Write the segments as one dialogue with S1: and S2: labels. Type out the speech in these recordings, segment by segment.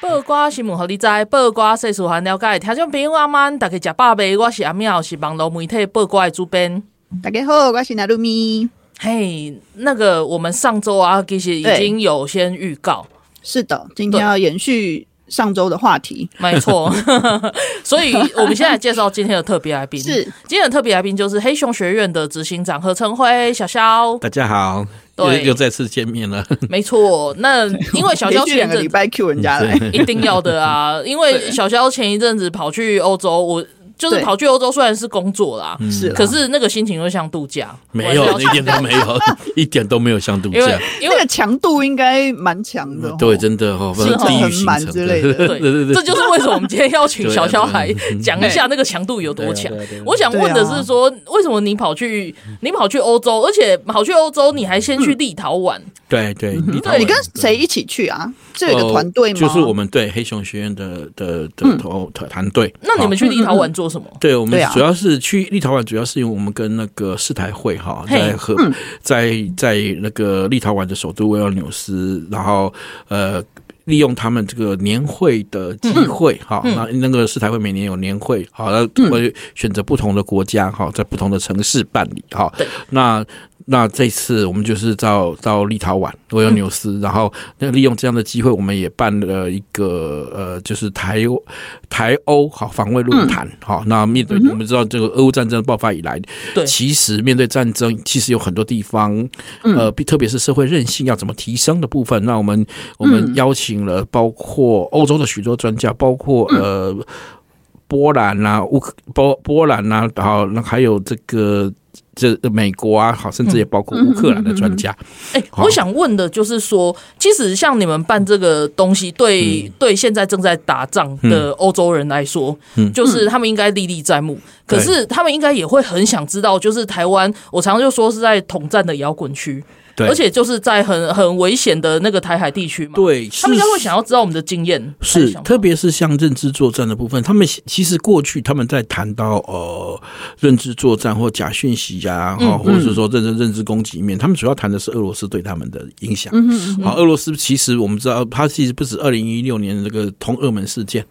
S1: 报瓜新闻，互你知；报瓜世事还了解。听众朋友阿曼，大家食饱未？我是阿妙，是网络媒体报瓜的主编。
S2: 大家好，我是纳鲁咪。
S1: 嘿、那个我们上周啊，其实已
S2: 对
S1: 经有先预告，
S2: 是的，今天要延续上周的话题，
S1: 没 错。所以我们现在介绍今天的特别来宾。
S2: 是
S1: 今天的特别来宾就是黑熊学院的执行长何成辉小肖。
S3: 大家好，又
S1: 对
S3: 又再次见面了。
S1: 没错，那因为小肖
S2: 连续两
S1: 前
S2: 个
S1: 阵
S2: 礼拜 Q 人 家来，
S3: 嗯
S1: 一定要的 啊，因为小肖前一阵子跑去欧洲，我就是
S2: 对
S1: 跑去欧洲，虽然是工作啦，
S2: 是啦
S1: 可是那个心情就像度假，
S3: 没有
S1: 我，还是
S3: 一
S1: 要去
S3: 点都没有， 一点都没有像度
S1: 因为
S3: 假。
S1: 因
S2: 那
S1: 为
S2: 个强度应该蛮强的哦。
S3: 对，真的哦，不
S1: 是
S3: 然
S1: 哦
S3: 地狱
S2: 很
S3: 行
S2: 满
S3: 程
S2: 之类的
S3: 对对对，
S1: 这就是为什么我们今天要请小肖来
S3: 对啊对
S1: 讲一下那个强度有多强
S3: 对啊对啊对啊。
S1: 我想问的是说，为什么你跑去你跑去欧洲，而且跑去欧洲你还先
S3: 嗯
S1: 去立陶宛？
S3: 对对。立
S2: 嗯
S3: 陶宛
S2: 对你跟谁一起去啊？这有一个团队吗？嗯
S3: 哦就是我们对黑熊学院的的的头团团队。
S1: 那你们
S3: 哦
S1: 去立陶宛做什么？
S3: 对我们
S2: 对啊
S3: 主要是去立陶宛，主要是因为我们跟那个世台会哈，
S1: 嘿
S3: 在和
S2: 嗯
S3: 在在那个立陶宛的首都维尔纽斯，然后呃。利用他们这个年会的机会，哈、
S2: 嗯
S3: 那那个世台会每年有年会，好，那会选择不同的国家，哈，在不同的城市办理，哈。
S1: 对。
S3: 那那这次我们就是到到立陶宛维尔纽斯，然后那利用这样的机会，我们也办了一个呃，就是台台欧好防卫论坛，好、那面对我们知道这个俄乌战争爆发以来，
S1: 对
S3: 其实面对战争，其实有很多地方，呃，比特别是社会韧性要怎么提升的部分，那我们我们邀请了包括欧洲的许多专家，包括呃。波兰啊，乌克波波兰啊，然后那还有这个这美国啊，好，甚至也包括乌克兰的专家，
S1: 哎，
S3: 好
S1: 我想问的就是说，其实像你们办这个东西，对对现在正在打仗的欧洲人来说，
S3: 嗯
S1: 就是他们应该历历在目，可
S3: 对
S1: 是他们应该也会很想知道，就是台湾，我常常就说是在统战的摇滚区，
S3: 对，
S1: 嗯而且就是在很很危险的那个台海地区嘛，，
S3: 对，
S1: 他们应该
S3: 是
S1: 会想要知道我们的经验，
S3: 是，特
S1: 别
S3: 别是像认知作战的部分，他们其其实过去他们在谈到呃认知作战或假讯息呀、啊，
S1: 嗯
S3: 或者是说认知认知攻击面，他们主要谈的是俄罗斯对他们的影响。
S1: 嗯
S3: 好，俄罗斯其实我们知道，它其实不止二零一六年这个同俄门事件。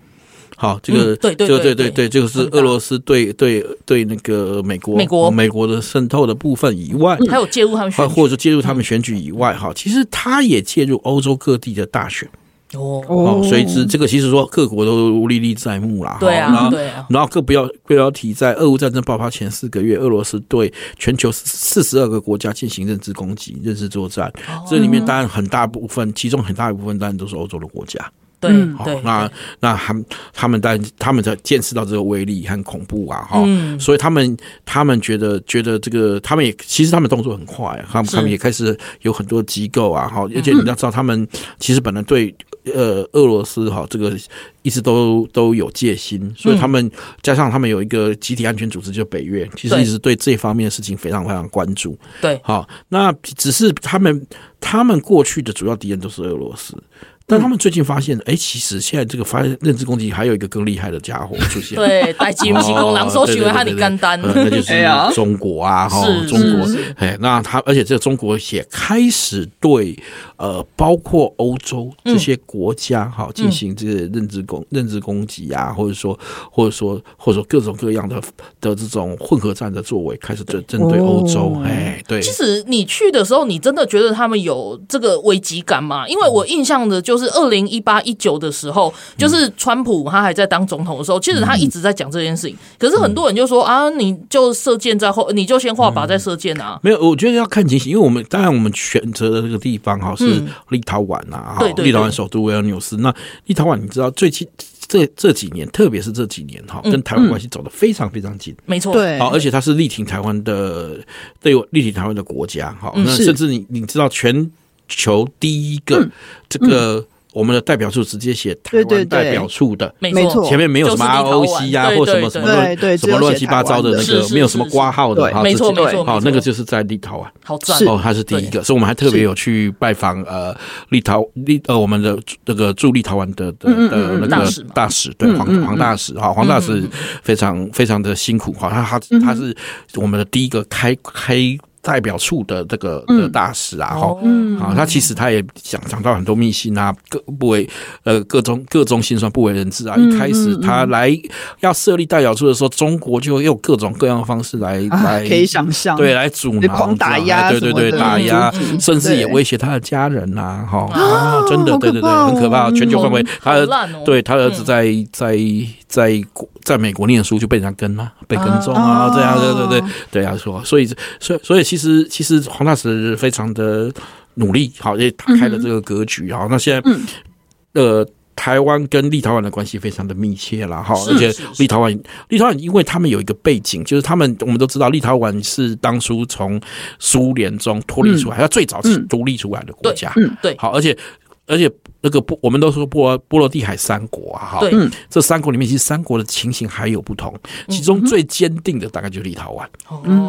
S3: 好，这个、
S1: 嗯对对
S3: 这个
S1: 对对
S3: 对对对，这个是
S1: 很大
S3: 俄罗斯对对对那个美国
S1: 美国嗯
S3: 美国的渗透的部分以外，
S1: 还有介入他们选举
S3: 或啊或者介入他们选举以外，哈，其实他也介入欧洲各地的大选。
S1: 哦，
S3: 哦，所以这这个其实说各国都历历在目啦。
S1: 对
S3: 哈然
S1: 啊
S3: 后
S1: 对啊，
S3: 然后更不要不要提，在俄乌战争爆发前四个月，俄罗斯对全球四十二个国家进行认知攻击、认知作战。
S1: 哦
S3: 这里面当然很大部分，其中很大一部分当然都是欧洲的国家。
S1: 对
S3: 嗯好
S1: 嗯对，
S3: 那那他们他们当然他们在见识到这个威力和恐怖啊，哈、
S1: 嗯
S3: 所以他们他们觉得觉得这个，他们也其实他们动作很快，啊他们
S1: 是嗯
S3: 他们也开始有很多机构啊，哈，而且你要知道，他们其实本来对呃俄罗斯哈这个一直都都有戒心，所
S1: 嗯
S3: 以他们、加上他们有一个集体安全组织，就北约，其实
S1: 对
S3: 一直对这方面的事情非常非常关注。
S1: 对
S3: 好，那只是他们他们过去的主要敌人都是俄罗斯。
S1: 嗯
S3: 但他们最近发现，哎、其实现在这个发现认知攻击还有一个更厉害的家伙出现，哦
S1: 对，代金不是公狼收起为和你干单，
S3: 呃那就
S2: 哎呀
S3: 是中国啊，哈
S1: 是，
S3: 中国
S2: 是，
S3: 哎，那他而且这个中国也开始对呃，包括欧洲
S1: 嗯
S3: 这些国家哈进行这个认知攻认知攻击啊，或者说或者说或者说各种各样的的这种混合战的作为，开始针针对欧洲，哎，对，
S1: 哦其实你去的时候，你真的觉得他们有这个危机感吗？因为我印象的就是二零一八一九的时候，就是川普他还在当总统的时候，其实他一直在讲这件事情。可是很多人就说啊，你就射箭再后，你就先画靶再射箭啊。
S3: 没有，我觉得要看情形，因为我们当然我们选择的这个地方哈是
S1: 嗯
S3: 立陶宛啊，哈
S1: 对对对
S3: 立陶宛首都维尔纽斯。那立陶宛你知道最近这这几年，特别是这几年
S1: 嗯
S3: 哈，跟台湾关系走得非常非常近。
S1: 没错，
S2: 对，
S3: 好，而且它是力挺台湾的，对我力挺台湾的国家。好，
S1: 嗯
S3: 那
S2: 是
S3: 甚至你你知道，全球第一
S1: 嗯
S3: 个这个我们的代表处直接写台
S2: 对对对
S3: 湾代表处的，
S1: 没
S2: 没
S1: 错，
S2: 错
S3: 前面没有什么
S1: 就是立
S3: ROC
S1: 陶
S3: 啊，
S1: 宛
S3: 或什么
S1: 对对
S3: 什么
S2: 对
S3: 乱
S2: 对
S3: 什么乱七八糟的那
S1: 只有写台湾
S3: 个，
S1: 的
S3: 没有什么挂号的
S2: 是是
S3: 哈，
S2: 是
S1: 没错
S3: 直接
S1: 没错
S3: 好
S1: 没，错
S3: 那个就是在立陶宛。
S1: 好赞
S2: 是
S1: 哦
S3: 哦，它是第一
S1: 对
S3: 个，所以我们还特别有去拜访呃立陶立呃我们的那个驻立陶宛的的的那
S1: 大
S3: 个
S1: 使嘛
S3: 大使，对黄黄大使哈，黄大使非常非常的辛苦哈，他他他是我们的第一个开开代表处的这个的大使啊哈。
S1: 哦
S3: 啊，他其实他也讲讲到很多秘辛啊，各不为呃各中各中心酸不为人知啊。一开始他来要设立代表处的时候，中国就用各种各样的方式来
S2: 啊
S3: 来
S2: 可以想象，
S3: 对，来阻挠，哎
S2: 狂打压
S3: 对对
S2: 什么
S3: 对，
S2: 的
S3: 打压
S1: 嗯嗯，
S3: 甚至也
S2: 对哦
S3: 威胁他的家人呐，哈，啊，真的，
S2: 好
S3: 对
S2: 可
S3: 对对，
S2: 怕
S3: 很可怕，
S2: 哦
S3: 全球范围，
S1: 好
S3: 他儿
S1: 烂哦
S3: 对他儿子在在在国在美国念书就被人家跟啊，被跟踪啊，
S2: 啊
S3: 这样，对对对，对啊，说，所以所以所以其实其实黄大使非常的努力，好，也打开
S2: 嗯
S3: 了这个格局，好，那现在，呃。台湾跟立陶宛的关系非常的密切啦，哈，
S1: 是
S3: 而且
S1: 是是
S3: 立陶宛立陶宛，因为他们有一个背景，就是他们我们都知道，立陶宛是当初从苏联中脱离出来，它、最早是独立出来的国家。
S2: 嗯
S1: 嗯对
S3: 好，而且而且那个波，我们都说波罗波罗的海三国啊，哈，
S1: 对，
S3: 这三国里面其实三国的情形还有不同，其中最坚定的大概就是立陶宛。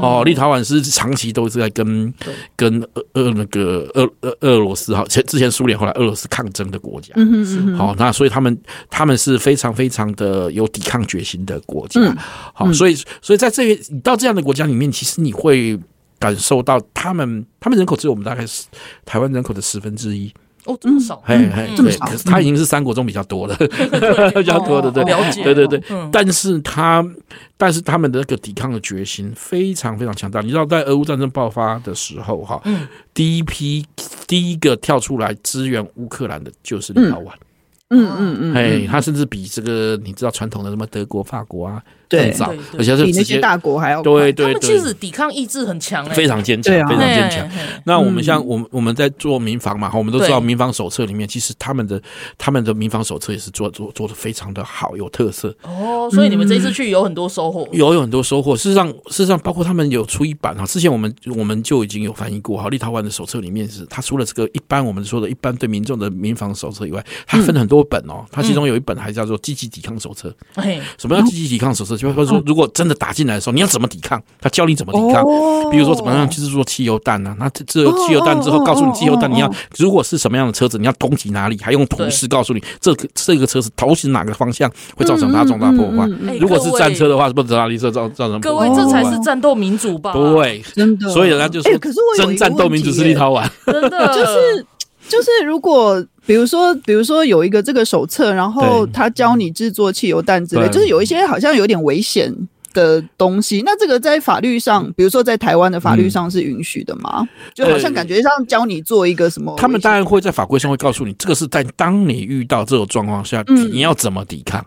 S3: 哦，立陶宛是长期都是在跟
S1: 对
S3: 跟俄俄那个俄俄俄罗斯哈，前之前苏联后来俄罗斯抗争的国家。
S2: 嗯嗯
S3: 好、那所以他们他们是非常非常的有抵抗决心的国家。好、所以所以在这个你到这样的国家里面，其实你会感受到他们他们人口只有我们大概是台湾人口的十分之一。
S1: 哦，这么少，嗯
S3: 嘿嘿，
S2: 这么
S3: 对，
S2: 少
S3: 可是他已经是三国中比较 多了， 比较多的，对，
S1: 哦了解
S3: 对对对
S1: 嗯。
S3: 但是他，但是他们的那个抵抗的决心非常非常强大。你知道，在俄乌战争爆发的时候，哈，
S1: 嗯
S3: 第一批第一个跳出来支援乌克兰的就是立陶宛。
S2: 嗯嗯嗯，
S3: 哎，他甚至比这个你知道传统的什么德国、法国啊
S2: 对
S3: 更早
S1: 对，对
S3: 而且是
S2: 比那
S3: 直
S2: 些
S3: 接
S2: 大国还要
S3: 对
S1: 他
S3: 对
S1: 们其
S3: 对，
S1: 实抵抗意志很强，哎
S3: 非常坚强
S2: 对，啊
S3: 非常坚
S1: 嘿
S3: 强。
S1: 嘿
S3: 那我们像我们我们在做民防嘛，哈我们都知道
S1: 对
S3: 民防手册里面，其实他们的他们的民防手册也是做做做的非常的好，有特色，
S1: 哦，所以你们这次去有很多收获，
S3: 有有很多收获。事实上，事实上包括他们有出一版哈，之前我们我们就已经有翻译过哈，立陶宛的手册里面是它除了这个一般我们说的一般对民众的民防手册以外，它分很多本哦，它其中有一本还叫做积极抵抗手册。
S1: 嘿，
S3: 什么叫积极抵抗手册？就是说，如如果真的打进来的时候，你要怎么抵抗？他教你怎么抵
S2: 哦
S3: 抗。
S1: 哦
S3: 比如说，怎么样去制作汽油弹啊？那这制作汽油弹
S2: 哦
S3: 之后，告诉你汽油弹你要如果是什么样的车子，你要攻击哪里，还用图示告诉你这个这个车子投行哪个方向会造成它
S2: 嗯
S3: 重大破坏。
S1: 哎
S3: 如果是战车。
S1: 各位
S3: 的话，是不是拉力车造造成
S1: 各
S3: 破坏？
S1: 位，这才是战斗民主吧？
S3: 不，会。
S2: 真的，
S3: 所以人家就说
S2: 哎，可是我有一个
S3: 真战斗民主是立陶宛，
S1: 真的
S2: 就是就是如果比如说，比如说有一个这个手册，然后
S3: 对
S2: 他教你制作汽油弹之类，
S3: 对
S2: 就是有一些好像有点危险的东西。那这个在法律上，比如说在台湾的法
S3: 嗯
S2: 律上是允许的吗？就好像感觉上教你做一个什么危险，
S3: 呃他们当然会在法规上会告诉你，这个是在当你遇到这种状况下，
S2: 嗯
S3: 你要怎么抵抗。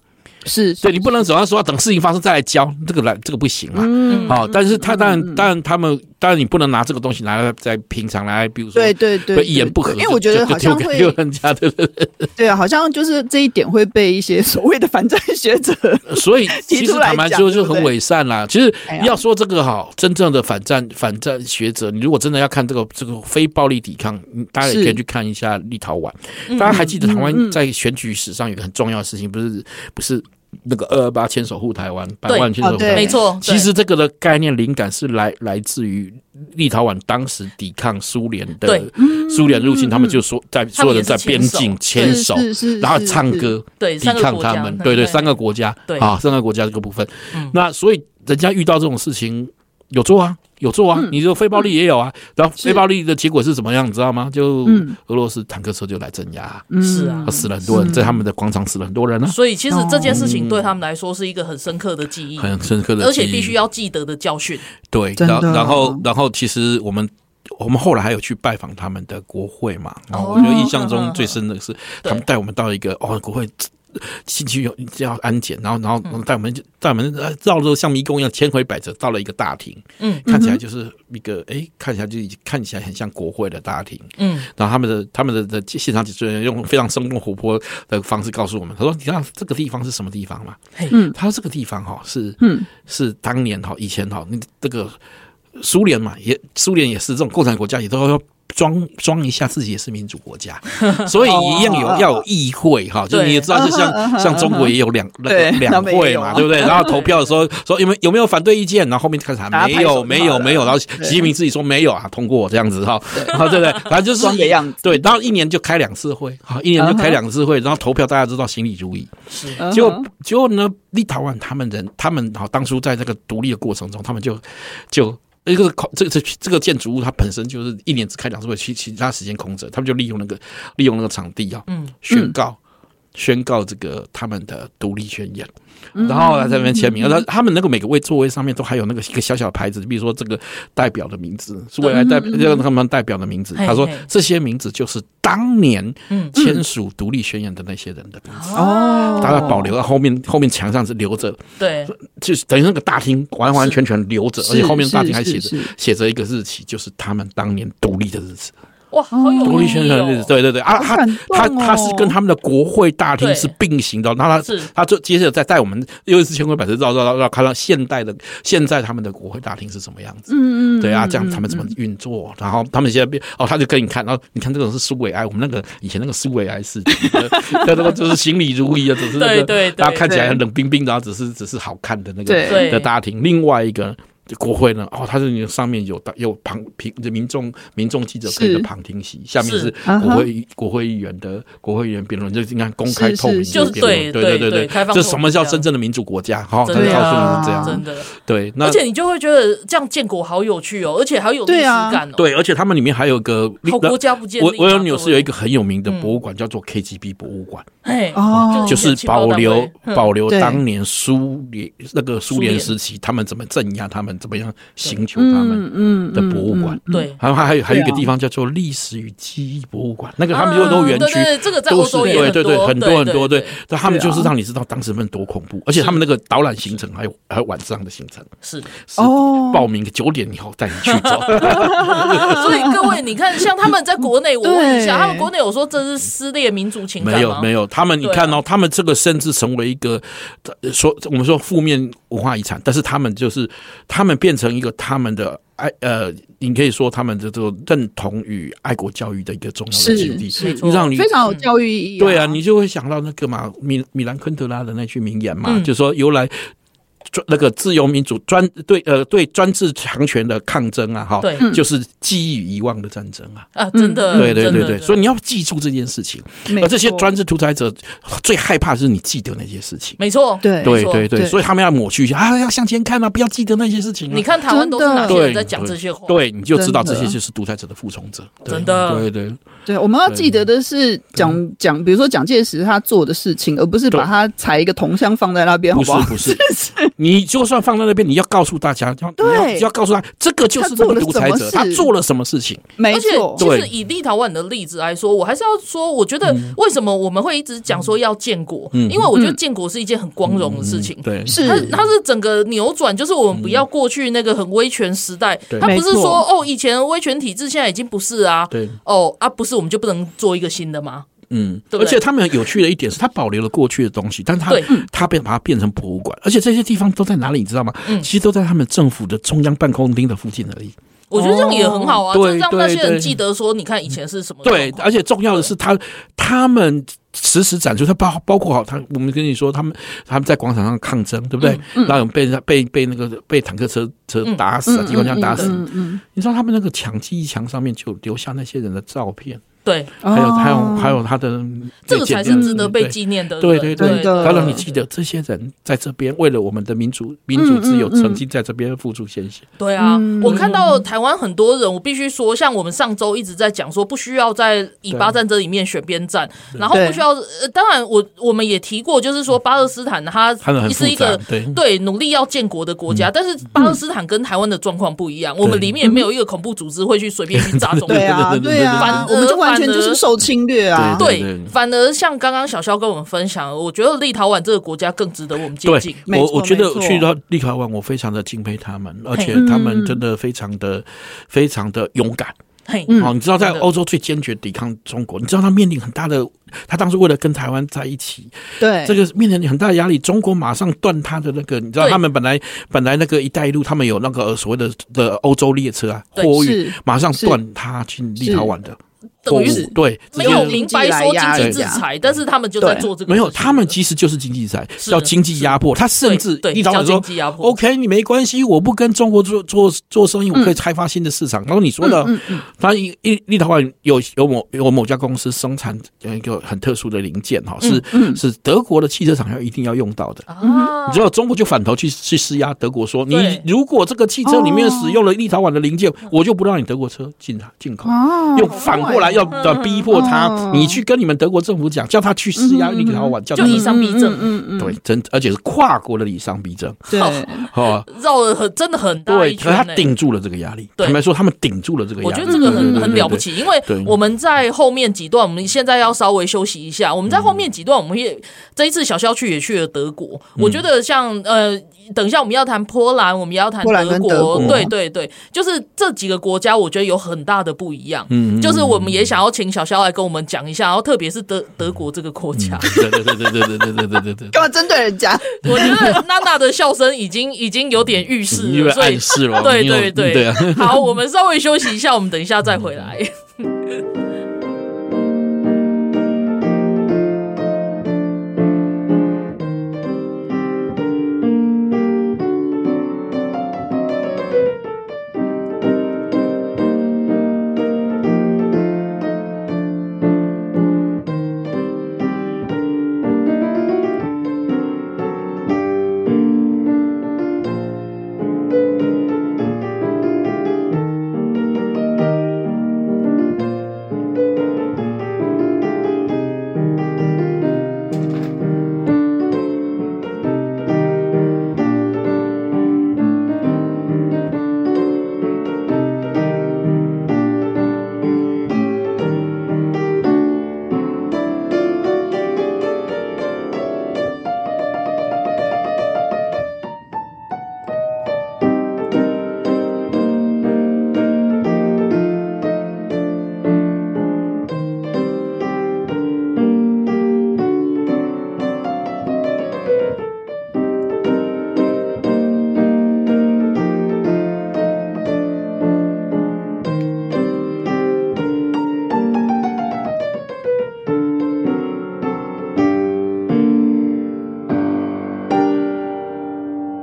S2: 是
S3: 对你不能总要说要等事情发生再来教，这个来这个不行嘛。
S2: 嗯，
S3: 好、但是他当然，当然他们当然你不能拿这个东西拿来在平常来，比如说
S2: 对对对，
S3: 会一言不合
S2: 对
S3: 就，
S2: 因为我觉
S3: 就
S2: 得
S3: 就
S2: 好像
S3: 丢给
S2: 会
S3: 丢人家的， 对对
S2: 对啊，好像就是这一点会被一些 所谓的反战学 者，
S3: 对所 以其
S2: 提
S3: 实
S2: 出来
S3: 坦白
S2: 讲
S3: 说
S2: 对
S3: 就
S2: 不
S3: 很
S2: 对
S3: 伪善啦。其实
S2: 哎呀
S3: 要说这个好，真正的反战反战学者，你如果真的要看这个这个非暴力抵抗，你大家也
S2: 是
S3: 可以去看一下立陶宛。大家还记得台
S2: 嗯
S3: 湾在选举史上有个很重要的事情，不是不是那个二二八牵手护台湾，百
S1: 对
S3: 万牵手护
S2: 哦
S3: 台
S2: 对
S3: 湾，
S1: 没错。对
S3: 其实这个的概念灵感是来来自于立陶宛当时抵抗苏联的
S1: 对嗯
S3: 苏联入侵，他们就说在所有人在边境
S1: 他
S3: 牵
S2: 们也是牵
S3: 手
S2: 手是是，是
S3: 然后唱歌
S1: 对
S3: 抵抗他
S1: 三个国
S3: 们，
S1: 家嗯
S3: 对对，
S1: 对
S3: 三个国家
S1: 对
S3: 啊，三个国家这个部分
S1: 嗯，
S3: 那所以人家遇到这种事情有做啊。有做啊，
S1: 嗯
S3: 你说非暴力也有啊，然后非暴力的结果是怎么样，你知道吗？就
S2: 嗯
S3: 俄罗斯坦克车就来镇压啊，
S1: 是啊，
S3: 死了很多人，在他们的广场死了很多人啊，
S1: 所以其实这件事情对他们来说是一个很深刻的记忆，
S3: 很深刻的记忆，
S1: 而且必须要记得的教训。
S3: 对，
S2: 真
S3: 然
S2: 的
S3: 然后然后其实我们。我们后来还有去拜访他们的国会嘛，然后我觉得印象中最深的是，他们带我们到一个哦，国会进去有这样安检，然后然后然后带我们就带我们呃绕着像迷宫一样千回百折，到了一个大厅，
S1: 嗯，
S3: 看起来就是一个哎，看起来就已经看起来很像国会的大厅，
S1: 嗯，
S3: 然后他们的他们的的现场解说员用非常生动活泼的方式告诉我们，他说：“你知道这个地方是什么地方吗？”
S1: 嘿
S2: 嗯
S3: 他说这个地方哈、是
S2: 嗯
S3: 是当年哈、以前哈、那这个苏联嘛，也苏联也是这种共产国家，也都要装装一下自己也是民主 国家，所以一样有
S2: 哦
S3: 要有议会哈，就你也知道，就
S2: 嗯
S3: 像
S2: 哼
S3: 像中国也有两那个
S2: 对
S3: 两
S2: 南美
S3: 会
S2: 也有
S3: 嘛，
S2: 啊
S3: 对不对？然后投票的 时候说有没有有没有反对意见，然后后面开始喊
S2: 大家
S3: 没
S2: 拍手
S3: 有
S2: 就
S3: 没
S2: 好
S3: 有
S2: 了
S3: 没有，然后习近平自己说没有啊，通过这样子哈，然后对不对？反正就是
S2: 装个样子
S3: 对，然后一年就开两次会，哈，一年就开两次会，然后投票大家知道心里如意。
S2: 嗯
S3: 结果
S2: 哼
S3: 结果呢，立陶宛他们人，他们好当初在这个独立的过程中，他们就就。这个空，这个这这个建筑物它本身就是一年只开两次会，其其他时间空着，他们就利用那个利用那个场地啊，
S1: 嗯，
S3: 宣告、宣告这个他们的独立宣言，然后在那边签
S2: 嗯
S3: 名，然后他们那个每个位座位上面都还有那个一个小小的牌子，比如说这个代表的名字是未来
S2: 嗯
S3: 代让他们代表的名字，
S1: 嘿
S3: 他说
S1: 嘿
S3: 这些名字就是当年
S1: 嗯
S3: 签署独立宣言的那些人的名字。
S2: 哦
S3: 大家保留到后面，后面墙上是留着，
S1: 对，
S3: 就是等于那个大厅完完全全留着，
S2: 是
S3: 而且后面大厅还写
S2: 是
S3: 着
S2: 是是
S3: 写着一个日期，就是他们当年独立的日子，
S1: 哇，好有
S3: 独立宣
S1: 意义
S3: 言
S1: 哦
S3: 的日子。，对对对，啊，
S2: 好
S3: 他
S2: 感动
S3: 他
S2: 哦
S3: 他是跟他们的国会大厅
S1: 对
S3: 是并行的，那他
S1: 是
S3: 他就接着再带我们又一次千回百折绕绕绕绕看到现代的现在他们的国会大厅是什么样子。
S2: 嗯嗯，
S3: 对啊，
S2: 嗯
S3: 这样他们怎么运作？然后他们现在变哦，他就跟你看，然后你看这种是苏维埃，我们那个以前那个苏维埃是， 那个就是行礼如仪啊，只是那
S1: 对
S3: 个
S1: 对对
S3: 大家看起来很冷冰冰，然后只是只是好看的那个
S2: 对
S1: 对
S3: 的大厅。另外一个国会呢，哦，它是你上面有大有旁平民众民众记者可以
S2: 是
S3: 的旁听席，下面
S1: 是
S3: 是
S2: 啊
S3: 国
S2: 哈
S3: 会国会议员的国会议员辩论，就是你看公开
S2: 是
S3: 透明
S2: 是
S3: 的
S1: 是
S3: 辩论，
S1: 是
S3: 对
S1: 对对
S3: 对对
S1: 开放
S3: 这
S1: 透
S3: 什
S1: 明
S3: 么叫
S1: 这样
S3: 真的民主国家？哈，他
S1: 真的
S3: 告诉你
S2: 啊
S3: 是这样
S1: 真，的，
S3: 对，那
S1: 而。且你就会觉得这样建国好有趣哦，而且好有历史
S2: 对啊
S1: 感哦，
S3: 对，而且他们里面还有一个
S1: 好国家不建立
S3: 我
S1: 啊
S3: 我有纽是有一个
S1: 各
S3: 很有名的
S1: 嗯
S3: 博物馆，叫做 KGB 博物馆，
S1: 嘿，
S2: 哦，
S3: 就
S1: 就是是
S3: 保留
S1: 情报单位嗯
S3: 保留
S2: 对
S3: 当年苏联那个苏
S1: 苏
S3: 联
S1: 联
S3: 时期他们怎么镇压他们，怎么样刑求他们
S2: 嗯
S3: 的博物馆。
S1: 对。
S3: 还有还有还有一个
S2: 对啊
S3: 地方叫做历史与记忆博物馆，那个他们有很多园区
S1: 啊对对对，这个在
S3: 都
S1: 欧
S3: 是
S1: 洲也
S3: 对对对，
S1: 很
S3: 很
S1: 多
S3: 多很
S1: 对
S3: 多
S1: 对
S3: 对
S1: 对，
S3: 但他们
S2: 对
S3: 就
S2: 啊
S3: 是让你知道当时们多恐怖，而且他们那个导览行程还有还有晚上的行程
S1: 是，
S3: 是
S2: 哦，
S3: 报名九点以后带你去 走。
S1: 所以各位，你看，像他们在国内，我问一下，
S2: 对
S1: 他们国内有说这是撕裂民族情感吗？
S3: 没有没有，他们你
S1: 对啊
S3: 看哦，他们这个甚至成为一个呃说我们说负面文化遗产，但是他们就是他们变成一个他们的爱呃，你可以说他们的这种认同与爱国教育的一个重要的
S2: 是
S3: 基地
S1: 是没，错
S3: 你让你
S2: 非常有教育意义。
S3: 对啊，你就会想到那个嘛，米米兰昆德拉的那句名言嘛，
S1: 嗯
S3: 就说由来。专那个自由民主专对呃对专制强权的抗争啊，哈，
S1: 对嗯
S3: 就是记忆与遗忘的战争啊，
S1: 啊，真
S2: 嗯
S1: 的，
S3: 对对
S1: 真的
S3: 对对，所以你要记住这件事情。
S2: 没
S3: 而这些
S2: 错
S3: 专制独裁者最害怕的是你记得那些事情。
S1: 没错，
S2: 对
S1: 没
S3: 对
S1: 错
S3: 对对，
S2: 对
S3: 所以他们要抹去一下啊，要向前看啊，不要记得那些事情啊、
S1: 你看台湾都是哪些人
S3: 对，
S1: 在讲这些话？
S3: 对，你就知道这
S2: 真的
S3: 些就是独裁者的附从者。对
S1: 真的
S3: 对对
S2: 对，我们要记得的是蒋蒋，比如说蒋介石他做的事情，而不是把他裁一个铜像放在那边，好
S3: 不是
S2: 好？
S3: 不 是，你就算放在那边，你要告诉大家，要
S2: 对
S3: 你要要告诉他，这个就是那个独裁者，
S2: 他
S3: 他
S2: 做了什么事
S3: 做了什么事情。
S2: 没
S1: 而且
S2: 错，
S1: 其实
S3: 对嗯
S1: 以立陶宛的例子来说，我还是要说，我觉得为什么我们会一直讲说要建国，因为我觉得建国是一件很光荣的事情。
S3: 嗯对，嗯
S2: 是
S1: 它它是整个扭转，就是我们不要过去那个很威权时代，
S3: 对
S1: 它不是
S2: 没错
S1: 说哦以前威权体制现在已经不是啊，
S3: 对，
S1: 哦啊不是我们就不能做一个新的吗？
S3: 嗯，
S1: 对不
S3: 而
S1: 对
S3: 且他们有趣的一点是，他保留了过去的东西，但是他
S1: 对
S3: 他变把它变成博物馆，而且这些地方都在哪里，你知道吗？其实都在他们政府的中央办公厅的附近而已。
S1: 我觉得这样也很好啊，
S3: 哦
S1: 就
S3: 对
S1: 是让那些
S3: 对
S1: 人
S3: 对
S1: 记得说，你看以前是什么状
S3: 对
S1: 况。，
S3: 而且重要的是他，他们时时展出，他包包括好，他我们跟你说，他们他们在广场上抗争，对不对？然后被人家被被那个被坦克车车打死啊，机关枪打死。
S2: 嗯嗯，
S3: 你知道他们那个墙记忆墙上面就留下那些人的照片，
S1: 对，
S2: 嗯
S3: 还有还有还有他的
S1: 这个才是值得被
S3: 嗯对
S1: 纪念的人。
S3: 对对
S2: 对真的
S3: 他让你记得这些人在这边为了我们的民主民主自由，曾经在这边付出献血。
S1: 对啊，
S3: 嗯
S1: 我看到台湾很多人，我必须说，像我们上周一直在讲说，不需要在以巴战争里面选边站，然后
S2: 对
S1: 不需要。呃、当然我，我们也提过，就是说巴勒斯坦它
S3: 他们很
S1: 是一
S3: 复杂
S1: 个
S3: 对嗯
S1: 努力要建国的国家，但是巴勒斯坦跟 台湾的状况不一样，我们里面没有一个恐怖组织会去随便去炸种族。
S2: 对啊
S3: 对对对对
S2: 对啊
S1: 反，
S2: 我们就完完全就是受侵略啊！
S3: 对
S1: 对，反而像刚刚小肖跟我们分享，我觉得立陶宛这个国家更值得我们接近
S3: 对。
S2: 没
S3: 我，
S2: 错
S3: 我觉得
S2: 没错
S3: 去到立陶宛，我非常的敬佩他们，而且他们真的非常的、非常的勇敢。
S1: 嘿，
S2: 嗯
S3: 哦，你知道在
S1: 嗯真的
S3: 欧洲最坚决抵抗中国，你知道他面临很大的，他当时为了跟台湾在一起，
S2: 对，
S3: 这个面临很大的压力，中国马上断他的那个，你知道
S1: 对
S3: 他们本来本来那个一带一路，他们有那个所谓的的欧洲列车啊，
S1: 对
S3: 货运
S2: 是
S3: 马上断他进立陶宛的货
S1: 等于
S3: 物
S1: 是，
S3: 对，
S1: 没
S3: 直接
S1: 有明白说经济制
S2: 经济来压
S1: 裁，但是他们就在做这个事情。
S3: 没有，他们其实就是经济在
S1: 是
S3: 叫经济压迫，他甚至
S1: 对对
S3: 立陶宛
S1: 叫
S3: 说
S1: 经济压迫嗯
S3: ，OK，你没关系，我不跟中国做做做生意，我可以开发新的市场。然后你说的，他一立立陶宛有有某有某家公司生产一个很特殊的零件哈，是
S1: 嗯
S3: 是德国的汽车厂要一定要用到的。
S1: 啊
S3: 你知道中国就反头去去施压德国说，
S1: 对
S3: 你如果这个汽车里面使用了立陶宛的零件，我就不让你德国车进进口。
S2: 哦
S3: 又反过来要要逼迫他，你去跟你们德国政府讲，叫他去施压立陶宛，叫他
S1: 就以上逼
S2: 嗯
S1: 症，
S2: 嗯嗯，
S3: 对，真而且是跨国的以上逼争，
S2: 对，
S3: 哦，
S2: 嗯
S1: 绕了很真的很大
S3: 对，
S1: 一
S3: 可
S1: 圈
S3: 是他
S1: 呢。
S3: 顶住了这个压力。
S1: 对
S3: 坦白说，他们顶住了这个压
S1: 我
S3: 力，
S1: 觉得这个
S3: 对
S1: 很很了不。起，因为
S3: 对
S1: 我们在后面几段，我们现在要稍微休息一下。我们在后面几段，我们也这一次小肖去也去了德国，
S3: 嗯
S1: 我觉得像呃，等一下我们要谈波兰，我们也要谈
S2: 波兰跟德
S1: 国
S2: 国，
S1: 对对对，就是这几个国家，我觉得有很大的不一样。
S3: 嗯嗯
S1: 就是我们也想要请小肖来跟我们讲一下，然后特别是德德国这个国家，
S3: 对对对对对对对对对对对
S2: 干嘛针对人家？
S1: 我觉得娜娜的笑声已经已经有点预示
S3: 对，嗯因为
S1: 了，所以
S3: 暗示了，
S1: 对
S3: 因为
S1: 对对
S3: 对啊。嗯
S1: 好，我们稍微休息一下，我们等一下再回来。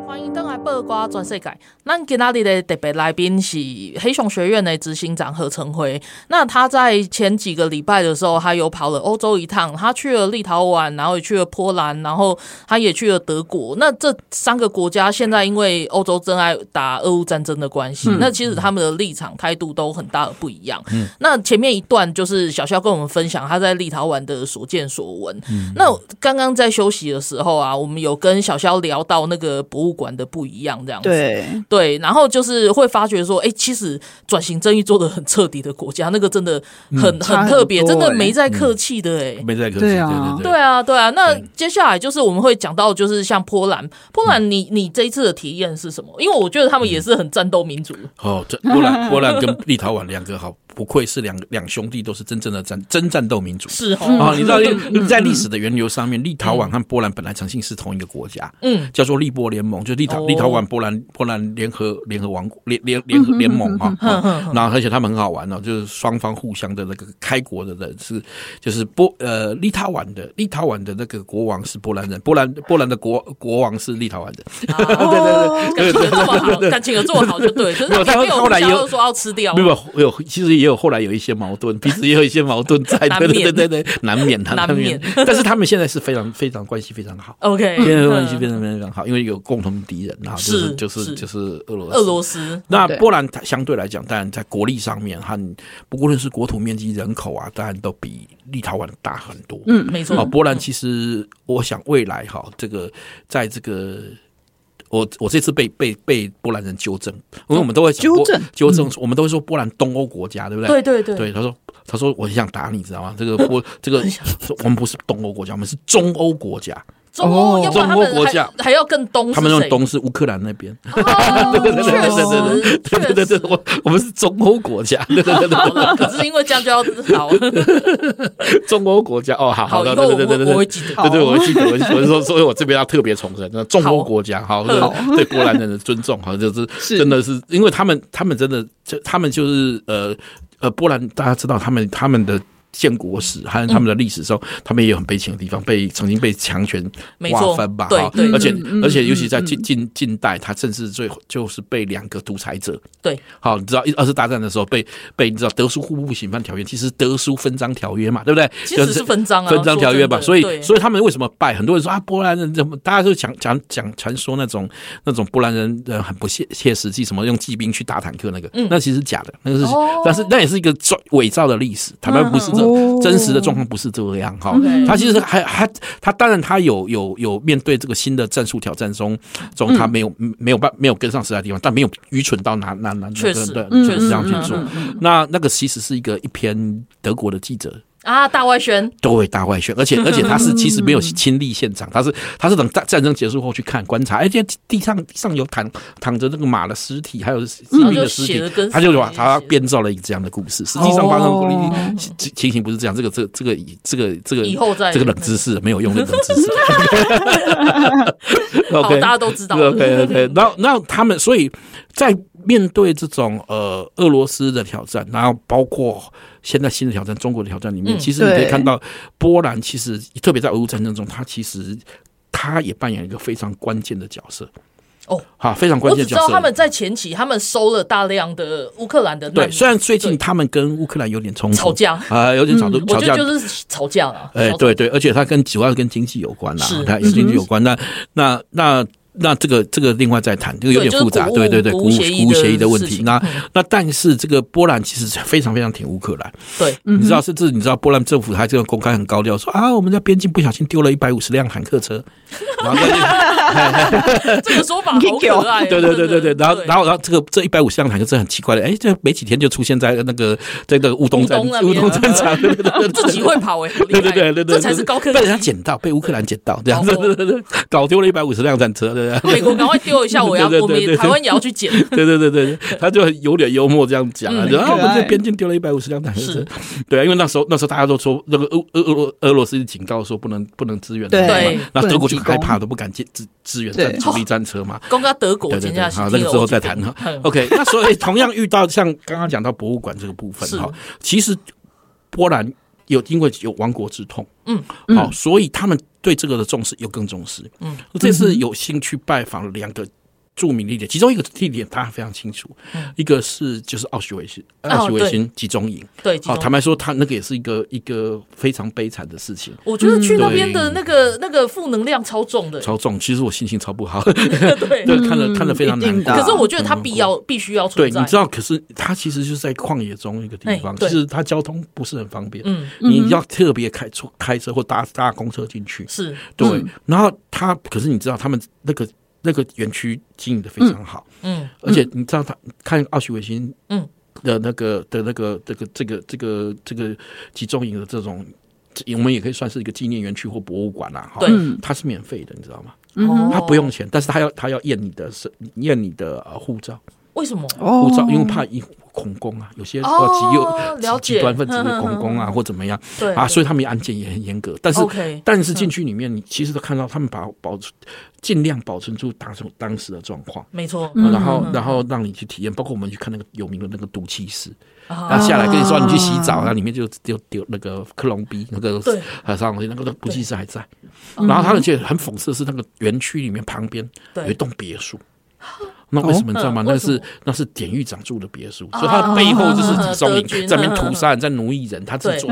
S1: 欢迎登来八卦转世界。咱今仔日的特别来宾是黑熊学院的执行长何成辉。那他在前几个礼拜的时候，他有跑了欧洲一趟，他去了立陶宛，然后也去了波兰，然后他也去了德国。那这三个国家现在因为欧洲正在打俄乌战争的关系，那其实他们的立场态度都很大的不一样。那前面一段就是小肖跟我们分享他在立陶宛的所见所闻。那刚刚在休息的时候啊，我们有跟小肖聊到那个博物馆的不一样，这样子。
S2: 对，
S1: 对，然后就是会发觉说，哎、其实转型正义做的很彻底的国家，那个真的
S3: 嗯
S1: 很、很
S2: 差很
S1: 特别，
S2: 多
S1: 真的
S2: 欸
S1: 没在客气的哎、
S3: 没在客气，
S2: 对啊
S3: 对
S1: 对啊，对啊。那
S3: 对
S1: 接下来就是我们会讲到，就是像波兰，波
S3: 嗯
S1: 兰你，你这一次的体验是什么？因为我觉得他们也是很战斗民族，
S3: 哦，这波兰波兰跟立陶宛两个好，不愧是两两兄弟，都是真正的战真战斗民族。
S1: 是哦，
S3: 啊、 你知道
S1: 嗯
S3: 在历史的源流上面，立陶宛和波兰本来曾经是同一个国家，
S1: 嗯，
S3: 叫做立波联盟，就立陶
S1: 哦嗯
S3: 立陶宛、波兰、波兰联合联合王国联联联合联盟啊。啊然后而且他们很好玩哦，就是双方互相的那个开国的人是就是波呃立陶宛的立陶宛的那个国王是波兰人，波兰波兰的国国王是立陶宛的。
S1: 对哦对对，感情有这么
S3: 对对
S1: 好，
S3: 对
S1: 感情有这么好就对，可是他们
S3: 没有他
S1: 没有
S3: 后来
S1: 互相
S3: 也
S1: 都说要吃掉
S3: 没，有，没有，其实也有后来有一些矛盾，彼此也有一些矛盾在，
S1: 难
S3: 对
S1: 免
S3: 对对对对，难免他
S1: 难免。
S3: 但是他们现在是非常非常关系非常好，
S1: OK，
S3: 现在关系非
S1: 嗯
S3: 常非常好，因为有共同敌人啊，就是是就是
S1: 是
S3: 就是俄罗斯。
S1: 俄罗斯，
S3: 那
S2: 对
S3: 波兰它相对来讲，当然在国力上面和不论是国土面积、人口啊，当然都比立陶宛大很多。嗯
S1: 没
S3: 啊，
S1: 错，
S3: 波兰其实我想未来哈，这个在这个我我这次被被被波兰人纠正，因为我们都会讲
S2: 纠
S3: 波
S2: 正
S3: 纠正，我们都会说波兰东欧国家，对不对？
S1: 对对对
S3: 对，他说他说我很想打你，知道吗？这个波这个我们不是东欧国家，我们是中欧国家，
S1: 中欧，
S2: 哦
S1: 要不然他们
S3: 中欧国
S1: 还
S3: 家
S1: 还要更东是谁，
S3: 他们那种东是乌克兰那边。
S1: 哦，
S3: 对对对
S1: 确
S3: 对
S1: 实，
S3: 对对对对
S1: 确实
S3: 对，我我们是中欧国家，对对对
S1: 好
S3: 对
S1: 了，可是因为这样就要好，
S3: 对，中欧国家哦，好
S1: 好
S3: 的，
S1: 以后
S3: 对对对对
S1: 我我会
S3: 对，
S1: 记得
S3: 对对，我会记得，我会记得我是 说，所以我这边要特别重申，那中欧国家，好，对对波兰人的尊重，好，就是
S2: 是
S3: 真的是，因为他们他们真的，就他们就是呃呃，波兰大家知道他们他们的。建国史和他们的历史上，他们也有很悲情的地方，被曾经被强权
S1: 嗯没
S3: 瓜
S1: 错
S3: 分吧，
S1: 对
S3: 哈
S1: 对
S3: 而且
S2: 嗯
S3: 而且尤其在近近近代，他甚至最后就是被两个独裁者
S1: 对，
S3: 好，你知道一二次大战的时候被被你知道德苏互不侵犯条约，其实德苏分章条约嘛，对不对？
S1: 其实是分章啊
S3: 分章条约嘛。
S1: 说
S3: 所
S1: 真
S3: 以
S1: 的对
S3: 所以他们为什么败？很多人说啊，波兰人怎么？大家就讲讲讲传说那种那种波兰人呃很不切切实际，什么用骑兵去打坦克那个，那其实假的，那个是，
S1: 嗯哦
S3: 但是那也是一个装伪造的历史，坦白不是这、
S2: 嗯
S3: 真实的状况不是这样哈。
S1: OK
S3: 他其实还还他当然他有有有面对这个新的战术挑战中
S1: 嗯
S3: 中，他没有、没有办没有跟上时代的地方，但没有愚蠢到哪哪哪
S1: 确实
S3: 对
S1: 嗯
S3: 确实这样去做
S1: 嗯。
S3: 那那个其实是一个一篇德国的记者
S1: 啊，大外宣，
S3: 都会大外宣，而且而且他是其实没
S1: 嗯
S3: 有亲历现场，他是他是等战战争结束后去看观察，哎，这地上地上有躺躺着那个马的尸体，还有士兵的尸
S1: 嗯
S3: 体
S1: 然后就写得跟，
S3: 他就把
S1: 死
S3: 他
S1: 一样
S3: 编造了一个这样的故事，实际上发生过
S2: 哦
S3: 情情形不是这样，这个这个这个这个这个
S1: 以后再
S3: 这个冷知识没有用的冷知识。
S1: 好，
S3: OK，
S1: 大家都知道了
S3: OK OK，然后然后他们所以在面对这种呃俄罗斯的挑战，然后包括现在新的挑战中国的挑战里面，
S1: 嗯
S3: 其实你可以
S2: 对
S3: 看到波兰其实特别在俄乌战争中，它其实它也扮演一个非常关键的角色。
S1: 哦，
S3: 好，非常关
S1: 我
S3: 键
S1: 只知
S3: 的角
S1: 道
S3: 色。
S1: 他们在前期，他们收了大量的乌克兰的难
S3: 对，
S1: 民
S3: 虽然最近
S1: 对
S3: 他们跟乌克兰有点冲突，
S1: 吵架嗯
S3: 啊，有点吵突
S1: 我
S3: 吵
S1: 觉
S3: 架
S1: 得就是吵架了，
S3: 哎，
S1: 吵
S3: 对对，而且它跟主要跟经济有关啦
S1: 是，嗯
S3: 它跟经济有关。那那那那这个这个另外再谈，这个有
S1: 对
S3: 点
S1: 就是
S3: 复杂。
S1: 谷物
S3: 对对对，
S1: 谷物
S3: 谷物
S1: 协议
S3: 谷物
S1: 的
S3: 协议的问
S1: 事
S3: 题
S1: 情。
S3: 那
S1: 嗯
S3: 那但是这个波兰其实非常非常挺乌克兰，
S1: 对，
S3: 你知道，甚至你知道波兰政府还这个公开很高调说啊，我们在边境不小心丢了一百五十辆坦 克车，然后在那
S1: 这个说法好可爱哦，
S3: 对对对对对，然后然
S1: 后
S3: 后然后这个这一百五十辆坦克真的很奇怪的，哎，这没几天就出现在那个在那个乌东战
S1: 乌东那
S3: 乌
S1: 边
S3: 东战场，对对对对对
S1: 自己会跑哎，好厉害
S3: 对对对对对，
S1: 这才是高科
S3: 被人家
S1: 技。
S3: 捡到，被乌克兰捡到，这样子
S1: 哦，
S3: 对对对， 搞丢了一百五十辆战车，对不对？
S1: 美国赶快丢一下，我要
S3: 对对
S1: 我
S3: 对
S1: 们
S3: 对
S1: 也台湾也要去捡，
S3: 对对对对，对他就很有点幽默这样讲啊，
S1: 嗯
S3: 就啊，
S2: 很
S3: 我
S2: 可爱
S3: 们这边境丢了一百五十辆坦克车
S1: 是，
S3: 对啊，因为那时候那时候大家都说那个俄俄俄罗俄罗斯警告说不能不能支援，
S2: 对
S3: 嘛那
S2: 不能
S3: 德国就
S2: 提
S3: 很害
S2: 供
S3: 怕，都不敢接支支援
S2: 对
S3: 战主力战车嘛，
S1: 刚刚德国
S3: 对对
S1: 捡
S3: 对，
S1: 下去，
S3: 好，那个之后再谈哈
S1: 嗯。
S3: OK，那 所以同样遇到像刚刚讲到博物馆这个部分
S1: 是
S3: 哈，其实波兰有因为有亡国之痛，
S1: 嗯，
S3: 好，所以他们对这个的重视又更重视。
S1: 嗯，
S3: 这次有幸去拜访了两个。著名地点，其中一个地点大家非常清楚，一个是就是奥许维辛，奥许维辛集中营。
S1: 嗯哦对，
S3: 好，
S1: 集中
S3: 坦白说，他那个也是一个一个非常悲惨的事情，
S1: 我觉得去那边
S3: 嗯
S1: 的那个那个负能量超重的，
S3: 超重。其实我心情超 不好，
S1: 对。
S3: 对，看了看了非常
S2: 一
S3: 难
S2: 定的
S3: 过。
S1: 可是我觉得它必要必须要
S3: 嗯对，
S1: 存在，
S3: 你知道，可是它其实就是在旷野中一个地
S1: 哎
S3: 方，其
S1: 对
S3: 实它交通不是很方便。
S1: 嗯，
S3: 你要特别开出开车或搭搭公车进去。
S1: 是
S3: 对，然后它可是你知道，他们那个那个园区经营的非常好，
S1: 嗯
S3: 而且你知道他看奥许维辛，
S1: 嗯。
S3: 的那个的那个这个这个这个这个集中营的这种，这我们也可以算是一个纪念园区或博物馆啦、哈。
S1: 对
S3: 嗯它是免费的，你知道吗？
S1: 哦
S3: 它不用钱，但是它要它要验你的身验你的呃护照。
S1: 为什么？
S3: 护照，因为怕一恐攻啊，有些
S1: 哦
S3: 呃极右
S1: 了
S3: 极
S1: 解
S3: 极端分子
S1: 哼
S3: 会
S1: 哼
S3: 恐攻啊，
S1: 哼
S3: 或怎么样
S1: 对
S3: 啊，
S1: 对
S3: 所以他们安检也很严格。但是
S1: OK，嗯
S3: 但是进去里面，你其实都看到他们把保存尽量保存住当时当时的状况。
S1: 没错，
S3: 然后，
S1: 嗯
S3: 然后让你去体验，包括我们去看那个有名的那个毒气室，
S1: 啊
S3: 然后下来跟你说你去洗澡，那里面就丢丢那个克隆逼，那个
S1: 对
S3: 和上那个那个毒气室还在。然后他而且很讽刺的是，那个园区里面旁边
S1: 对
S3: 有一栋别墅。那为什么你知道吗？
S1: 嗯
S3: 那
S1: 为什
S3: 是
S1: 么
S3: 那是典狱长住的别墅，
S1: 哦
S3: 所以他的背后就是集中
S1: 德
S3: 营，
S1: 军嗯
S3: 在那边屠杀人，在奴役人，他是
S1: 对
S3: 做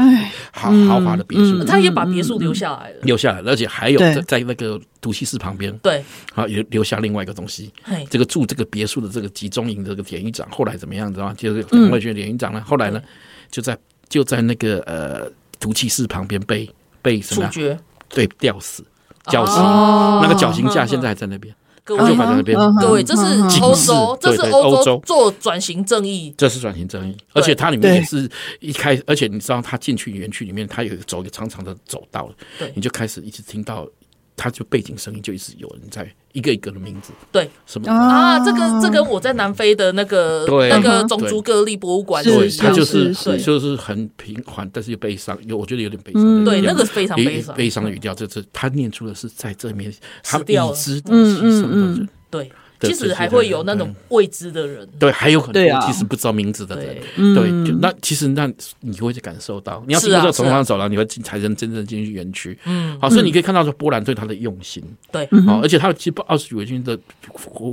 S3: 豪豪华的别墅，
S1: 他嗯也把别墅留下来了。
S3: 留下来了，而且还有
S2: 对
S3: 在在那个毒气室旁边，
S1: 对，
S3: 啊，留留下另外一个东西
S1: 嘿。
S3: 这个住这个别墅的这个集中营的这个典狱长，后来怎么样？你知道吗？就是蒋卫军典狱长呢，后来呢，就在就在那个呃毒气室旁边被被什么
S1: 处
S3: 样
S1: 决
S3: 对吊死绞刑，
S1: 哦
S3: 那个绞刑架现在还在那边。
S1: 各
S3: 就
S1: 位
S3: 摆在那边。
S2: 嗯哼
S1: 各位，这是
S3: 嗯
S1: 欧洲，
S3: 对
S1: 这
S3: 对
S1: 是欧
S3: 欧
S1: 洲
S3: 洲
S1: 做转型正义。
S3: 这是转型正义，
S1: 对
S3: 而且它里面
S2: 对
S3: 也是一开，而且你知道它进去园区里面，它有一个走一个长长的走道
S1: 对，
S3: 你就开始一直听到，它就背景声音就一直有人在一个一个的名字，
S1: 对
S3: 什么，
S1: 啊，这个这跟我在南非的那个
S3: 对
S1: 那个种族隔离博物馆
S3: 对，
S1: 一
S3: 它
S1: 样
S3: 就是是
S1: 是
S3: 就是很平缓，但是又悲伤，有我觉得有点悲伤的
S1: 嗯
S3: 语调，
S1: 对，那个非常
S3: 也
S1: 悲伤，
S3: 悲伤的语调，这这他念出的是在这面他们已
S1: 掉了嗯
S3: 知的牺牲的人。
S1: 对，
S3: 对嗯
S1: 其
S3: 这
S1: 实
S3: 些
S1: 还会
S3: 人
S1: 有那种未知的人，
S3: 对，还有很多
S2: 对啊
S3: 其实不知道名字的人，
S1: 对嗯
S3: 对，就那其实那你会感受到，你要
S1: 是
S3: 经过
S1: 啊
S3: 这个从
S1: 是啊
S3: 上走廊，你会进才能真正进去园区。嗯，好，所以你可以看到说波兰对他的用心，
S1: 对，
S3: 好，哦而且他其实奥斯维军的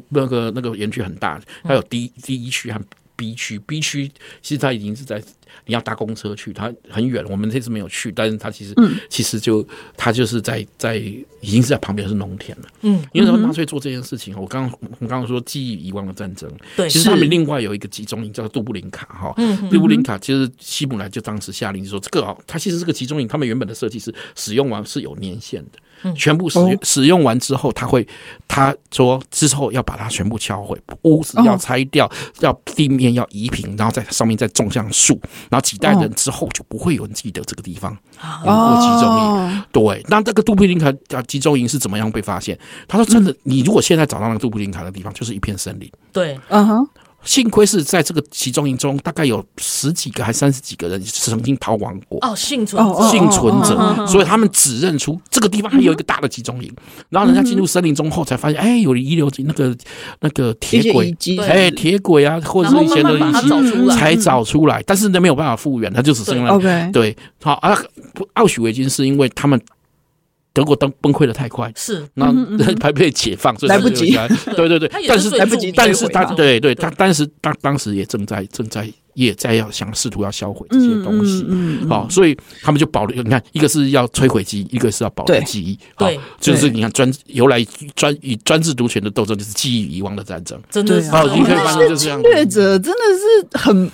S3: 那个那个园区很大，它有第一第一区和 B 区，B 区其实它已经是在你要搭公车去，它很远，我们这次没有去，但是它其实、
S1: 嗯
S3: 其实就它就是在在已经是在旁边是农田了，
S1: 嗯，
S3: 因为他们纳粹做这件事情，我刚刚我刚刚说记忆遗忘的战争，
S1: 对嗯
S3: 其实他们另外有一个集中营叫杜布林卡哈，杜布林卡其实希姆莱就当时下令说，这个哦，它其实这个集中营，他们原本的设计是使用完是有年限的，全部使用使用完之后，他会他说之后要把它全部销毁，屋子要拆掉，要地面要移平，然后在上面再种上树，然后几代人之后就不会有人记得这个地方有过集中营。
S2: 哦，
S3: 对，那这个杜布林卡啊集中营是怎么样被发现？他说真的，你如果现在找到那个杜布林卡的地方，就是一片森林。
S1: 对，
S2: 嗯哼，
S3: 幸亏是在这个集中营中，大概有十几个还三十几个人曾经逃亡过。
S1: 哦，幸存
S2: 哦哦
S1: 者，
S3: 幸存者，所以他们指认出这个地方还有一个大的集中营，然后人家进入森林中后才发现，哎，有遗留那个那
S2: 一
S3: 个
S2: 些
S3: 铁
S2: 遗
S3: 轨，
S2: 迹，
S3: 哎，铁轨啊，或者
S1: 然
S3: 是
S1: 后
S3: 以
S1: 慢
S3: 前的
S1: 慢把它
S3: 遗
S1: 找
S3: 迹
S1: 出来，
S3: 才找出来，但是那没有办法复原，它就只剩
S1: 对
S3: 了
S2: ，OK，
S3: 对，好啊，不奥许维金是因为他们德国崩崩溃的太快，
S1: 是
S3: 那
S2: 嗯
S3: 还被解放，所以
S2: 来
S3: 他
S2: 不
S3: 就
S2: 及
S3: 起来 对对对
S1: 他，也
S3: 但
S1: 是
S3: 是
S1: 最
S2: 来不
S1: 著
S2: 及
S1: 名
S3: 但
S1: 的
S3: 是
S1: 回
S3: 他
S1: 答
S3: 对对，他当时当当时也正在正在也在要想试图要销毁这些东西。
S2: 嗯嗯
S3: 好、所以他们就保留。你看，一个是要摧毁记忆，一个是要保留
S2: 对
S3: 记忆。好
S1: 对，
S3: 就是
S2: 对
S3: 你看专由来专以专制独权的斗争，就是记忆遗忘的战争。
S1: 真的是哦
S3: 好，你可以
S1: 真的
S3: 发
S1: 是
S3: 现就是这
S2: 嗯
S3: 样
S2: 侵。略者真的是很，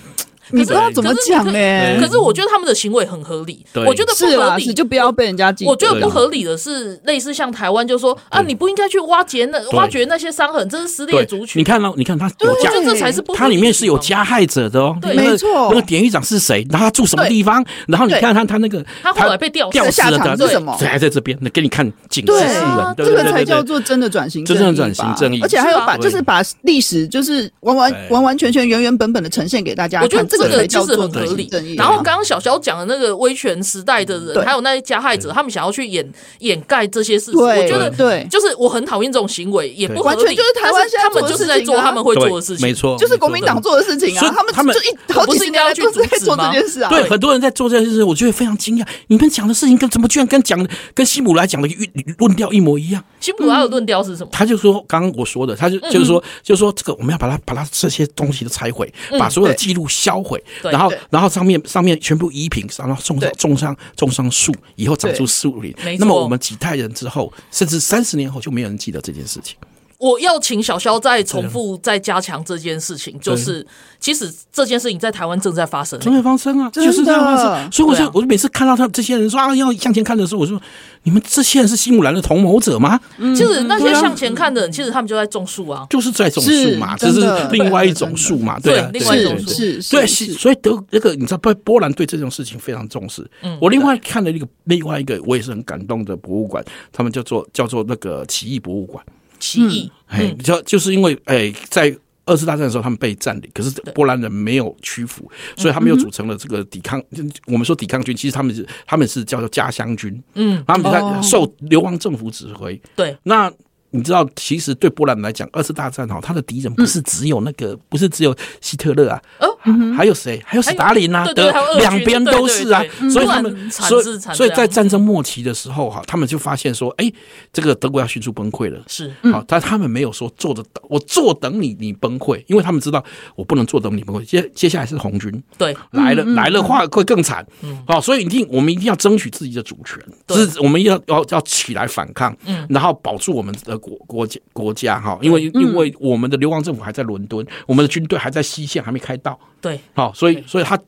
S2: 你不知道怎么讲哎、
S1: 可是我觉得他们的行为很合理，
S3: 对
S1: 我觉得不
S2: 是
S1: 合
S2: 啦，
S1: 理
S2: 是就不要被人家记。
S1: 我觉得
S3: 对
S1: 不合理的是，类似像台湾就说啊，你不应该去挖掘那
S3: 对
S1: 挖掘那些伤痕，这是撕裂
S3: 对
S1: 族，群。
S3: 你，看到、你看他
S1: 我
S3: 有
S1: 觉
S3: 加
S1: 得这才是不合理的地方。
S3: 嗯它里面是有加害者的哦，
S1: 对
S3: 那个
S2: 没错
S3: 那个典狱长是谁？然后他住什么地方？然后你看他他那个
S1: 他后来被吊死
S3: 吊死
S2: 下
S3: 了
S2: 场
S3: 的
S2: 是什么
S3: 对还在这边，那给你看警示
S2: 对啊
S3: 世
S1: 啊
S3: 人，对
S2: 这
S3: 对
S2: 个
S3: 对
S2: 才
S3: 对
S2: 叫
S3: 对
S2: 做真的转型
S3: 真
S2: 正义
S3: 正
S2: 吧，
S3: 的转型正义哎
S2: 而且还有
S1: 是
S2: 把
S1: 啊
S2: 就是把历史就是完完
S3: 对
S2: 完完全全原原本本的呈现给大家
S1: 我觉得
S2: 看，这
S1: 这
S2: 才
S1: 个
S2: 叫
S1: 其实
S2: 做
S1: 很
S2: 转
S1: 合
S2: 型
S1: 理
S2: 正义。。啊
S1: 然后刚刚小肖讲的那个威权时代的人，
S2: 对
S1: 还有那些加害者，他们想要去掩掩盖这些事实，
S2: 对
S1: 我觉得
S2: 对
S1: 就是我很讨厌这种行为，也不合理
S2: 完全就是台湾
S1: 但是他们
S2: 现在做的
S1: 就是在
S2: 事情
S1: 做
S2: 啊
S1: 他们会做的事情，
S3: 没。错，
S2: 就是
S3: 没
S2: 国
S3: 错
S2: 民党做的事情
S3: 所
S2: 啊
S3: 以，
S2: 他们
S3: 他们
S2: 就一好
S1: 不
S2: 几
S1: 是
S2: 十
S1: 应该
S2: 年
S1: 要
S2: 来
S1: 去
S2: 都是在
S1: 阻止
S2: 做
S1: 吗
S2: 这件事啊。
S3: 对
S1: 对
S3: 很多人在做这件事，我觉得非常惊讶。你们讲的事情跟怎么居然跟讲的跟希姆莱讲的论论调一模一样？
S1: 辛普拉的论调是什么？
S3: 他就说刚刚我说的，他就就是说，就是说这个我们要把它把它这些东西都拆毁，把所有的
S2: 对
S3: 记录销毁，
S1: 对
S3: 然后
S2: 对
S3: 然后上面上面全部移平，然后种上
S2: 对
S3: 种上种上树，以后长出树林
S1: 没。错
S3: 那么我们几代人之后，甚至三十年后就没有人记得这件事情。
S1: 我要请小肖再重复再加强这件事情，就是其实这件事情在台湾正在发生。
S3: 正在发生啊，
S2: 真的
S3: 就是这样发生。所以我就、
S1: 对啊
S3: 我就每次看到他们这些人说啊要向前看的时候，我说你们这些人是西姆兰的同谋者吗？
S1: 其实那些向前看的人，其实他们就在种树啊。
S3: 就是在种树嘛，
S2: 是
S3: 这
S2: 真
S3: 是
S2: 的
S3: 另外一种树嘛，
S1: 对
S3: 啊，
S1: 另外一种树
S3: 对
S2: 是是
S3: 对，
S2: 是
S3: 是所以德那个你知道，波波兰对这种事情非常重视。我另外看了一个另外一个我也是很感动的博物馆，他们叫做叫做那个起义博物馆，
S1: 起义，
S3: 哎，就就是因为哎在。二次大战的时候，他们被占领，可是波兰人没有屈服，所以他们又组成了这个抵抗。我们说抵抗军，其实他们是他们是叫做家乡军，嗯，他们在受流亡政府指挥，
S1: 对，
S3: 那你知道，其实对波兰来讲，二次大战哈，他的敌人不是只有那个，不是只有希特勒啊，
S1: 嗯哦
S3: 还有谁？还有斯大林啊，
S1: 对对还有俄军
S3: 两边都是啊
S1: 对对对，
S3: 所以
S1: 波兰
S3: 他们，
S1: 惨
S3: 所以
S1: 是惨
S3: 所以
S1: 这
S3: 在
S1: 样
S3: 战争末期的时候哈，他们就发现说，哎，这个德国要迅速崩溃了。
S1: 是
S3: 好，但他们没有说坐着等，我坐等你，你崩溃，因为他们知道我不能坐等你崩溃。接接下来是红军，
S1: 对，
S3: 来
S1: 嗯
S3: 了，来了话会更惨。好、所以一定我们一定要争取自己的主权，
S1: 对嗯
S3: 是我们要要要起来反抗，然后保住我们的国国家国家哈，因为因
S1: 嗯
S3: 为我们的流亡政府还在伦敦，我们的军队还在西线还没开到，
S1: 对，
S3: 好、所以所以他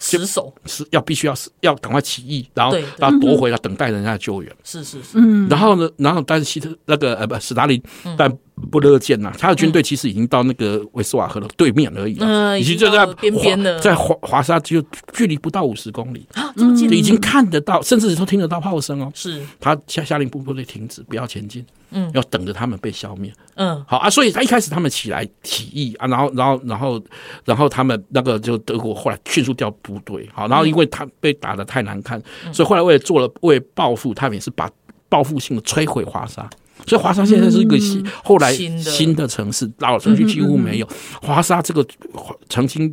S1: 死守，
S3: 是要必须要是要赶快起义，然后
S1: 对对
S3: 然后夺回 来，等待人家的救援。
S1: 是是是，
S2: 嗯，
S3: 然后呢，然后但是希特那个呃不斯大林
S1: 嗯
S3: 但不乐见呐、他的军队其实已经到那个维斯瓦河的对面而已了，
S1: 嗯
S3: 已经
S1: 已经
S3: 就在
S1: 到边边
S3: 华
S1: 了
S3: 在华华沙就距离不到五十公里，
S1: 啊，这么近，
S3: 嗯已经看得到，甚至都听得到炮声哦。
S1: 是，
S3: 他下下令部部队停止，不要前进，
S1: 嗯
S3: 要等着他们被消灭。
S1: 嗯
S3: 好啊，所以他一开始他们起来起义啊，然后然后然后然后他们那个就德国后来迅速调部队，好，然后
S1: 嗯
S3: 因为他被打得太难看，所以后来为了做了为了报复，他们也是把报复性的摧毁华沙。所以华沙现在是一个新，后来
S1: 嗯新的嗯
S3: 新的城市，老城区几乎没有。华沙这个华曾经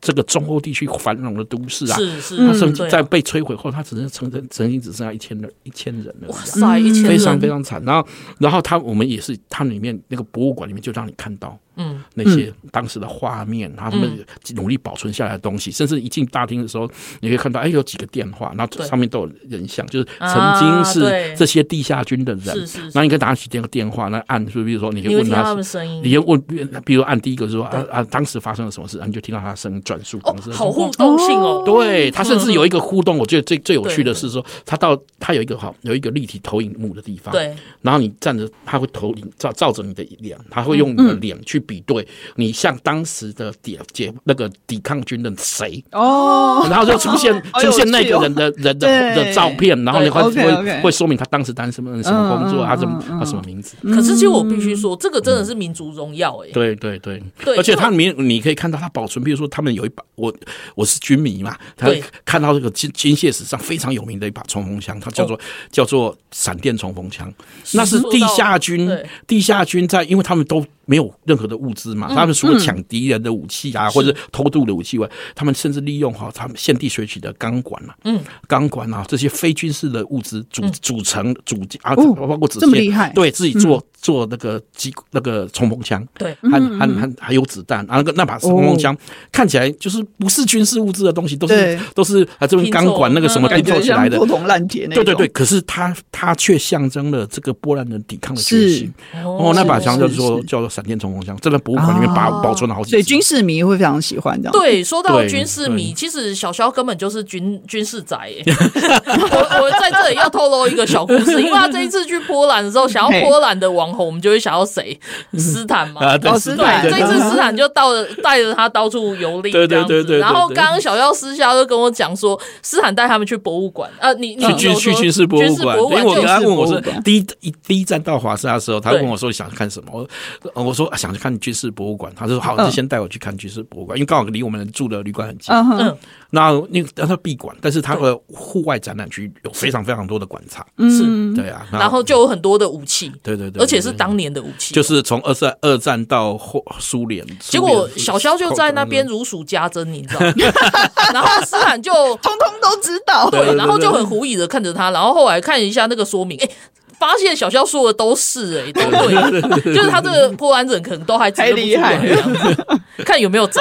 S3: 这个中欧地区繁荣的都市啊，
S1: 是是，
S3: 它甚
S1: 对
S3: 至
S1: 啊
S3: 在被摧毁后，它只剩曾曾曾经只剩下一千人一千人了。
S1: 哇塞，一 千人
S3: 嗯非常非，常惨。然后，然后他我们也是，他们里面那个博物馆里面就让你看到
S1: 嗯
S3: 那些当时的画面，他们努力保存下来的东西。甚至一进大厅的时候，你可以看到，哎，有几个电话，然后
S1: 对
S3: 上面都有人像，就是曾
S1: 啊
S3: 经是
S1: 对
S3: 这些地下军的人。
S1: 是是是
S3: 那你可以打起电电话，那按，就比如说你可
S1: 你会
S3: 以问
S1: 听到他
S3: 他
S1: 们
S3: 是。
S1: 声音，
S3: 你就问，比如按第一个说啊
S1: 对
S3: 啊，当时发生了什么事，然后你就听到他的声音转述
S1: 哦
S3: 当时，的
S1: 好
S3: 情况
S1: 互动性哦，
S3: 对他甚
S2: 嗯
S3: 至有一个互动，我觉得最最有趣的
S1: 对
S3: 是说，他到他有一个好有一个立体投影幕的地方，，
S1: 对，
S3: 然后你站着，他会投影照照着你的脸，他会
S2: 嗯
S3: 用你的脸去比对你像当时的解解那个抵抗军的谁，
S2: 哦，
S3: 然后就 出现
S2: 好
S3: 出
S2: 有
S3: 现那
S2: 趣
S3: 个
S2: 哦
S3: 人的人的
S2: 对
S3: 的照片，然后你
S1: 对
S3: 会
S2: OK，OK
S3: 会会说明他当时担什么什么工作，
S2: 嗯
S3: 他什么
S2: 嗯嗯
S3: 他什么名字，
S1: 可是其实我必须说，这个真的是民族荣耀哎，
S3: 对对对，
S1: 对
S3: 而且
S1: 因为
S3: 他里面你可以看到他保存，比如说他们有一把，我我是军迷嘛，他
S1: 对
S3: 看到这个军军械史上非常有名的一把冲锋枪，它叫做、叫做闪电冲锋枪，那是
S1: 说
S3: 地
S1: 到
S3: 下军
S1: 对，
S3: 地下军在，因为他们都没有任何的物资嘛，他们除了抢敌人的武器啊，或者偷渡的武器外，他们甚至利用哈他们现地学取的钢管啊，嗯，钢管啊这些非军事的物资组组成组啊，
S2: 哦
S3: 包括子
S2: 这么
S3: 线
S2: 厉害
S3: 对自己做做那个机那个冲锋枪，
S1: 对
S3: 和和和还有子弹，然啊后那个那把冲锋枪看起来就是不是军事物资的东西，都是
S2: 对
S3: 都是啊这边钢管
S1: 拼凑
S3: 那个什么
S1: 嗯
S3: 拼
S2: 感
S3: 凑
S2: 觉
S3: 起来
S2: 像
S3: 的
S2: 破。铜烂铁那
S3: 对
S2: 种。
S3: 对对，，可是它它却象征了这个波兰人抵抗的决心。哦，那把枪叫做
S2: 是
S3: 叫做闪电冲锋枪，真的博物馆里面把
S2: 哦
S3: 保存了好几。
S2: 所以军事迷会非常喜欢这样。，
S1: 对，说到
S3: 对
S1: 军事迷，
S3: 对
S1: 其实小肖根本就是军军事宅、欸。 我我在这里要透露一个小故事，因为他这一次去波兰的时候，想要波兰的网红，我们就会想要谁？斯坦嘛。
S3: 啊，对
S2: 哦
S3: 是
S2: 斯
S1: 对
S2: 坦，
S3: 对
S1: 这
S3: 对
S1: 一次
S3: 对
S1: 斯坦就到了带着他到处游历，
S3: 对对
S1: 这样子
S3: 对对对
S1: 然后刚刚小肖私下就跟我讲说，斯坦带他们去博物馆啊，你你
S3: 去军
S1: 有
S3: 去
S1: 说
S3: 军事博
S1: 军
S3: 物
S1: 事
S3: 馆，
S1: 博物
S3: 因为
S1: 馆
S3: 我跟他
S1: 就是
S3: 问我
S2: 博
S3: 说
S2: 物馆
S3: 第一一第一站到华沙的时候，他
S1: 对
S3: 问我说想看什么，我我说啊想去看军事博物馆，他就说好，就先带我去看军事博物馆，因为刚好离我们住的旅馆很近。
S2: 嗯哼，
S1: 嗯
S3: 那那个但它闭馆，但是它的户外展览区有非常非常多的馆藏，
S1: 是，
S3: 对啊，
S1: 嗯然后就有很多的武器，
S3: 对对对，
S1: 而且是
S3: 对
S1: 当年的武器，
S3: 就是从二战二战到后苏联，
S1: 结
S3: 苏
S1: 果
S3: 联
S1: 小肖就在那 边如数家珍，你知道吗？ 然后斯坦就
S2: 通通都知道。
S3: 对对
S1: 对，
S3: 对
S1: 然后就很狐疑的看着他，然后后来看一下那个说明，哎、发现小肖说的都是哎、都对，就是他这个波兰人可能都还指认不出来
S2: 太
S1: 这
S2: 厉害
S1: 样子，看有没有宅，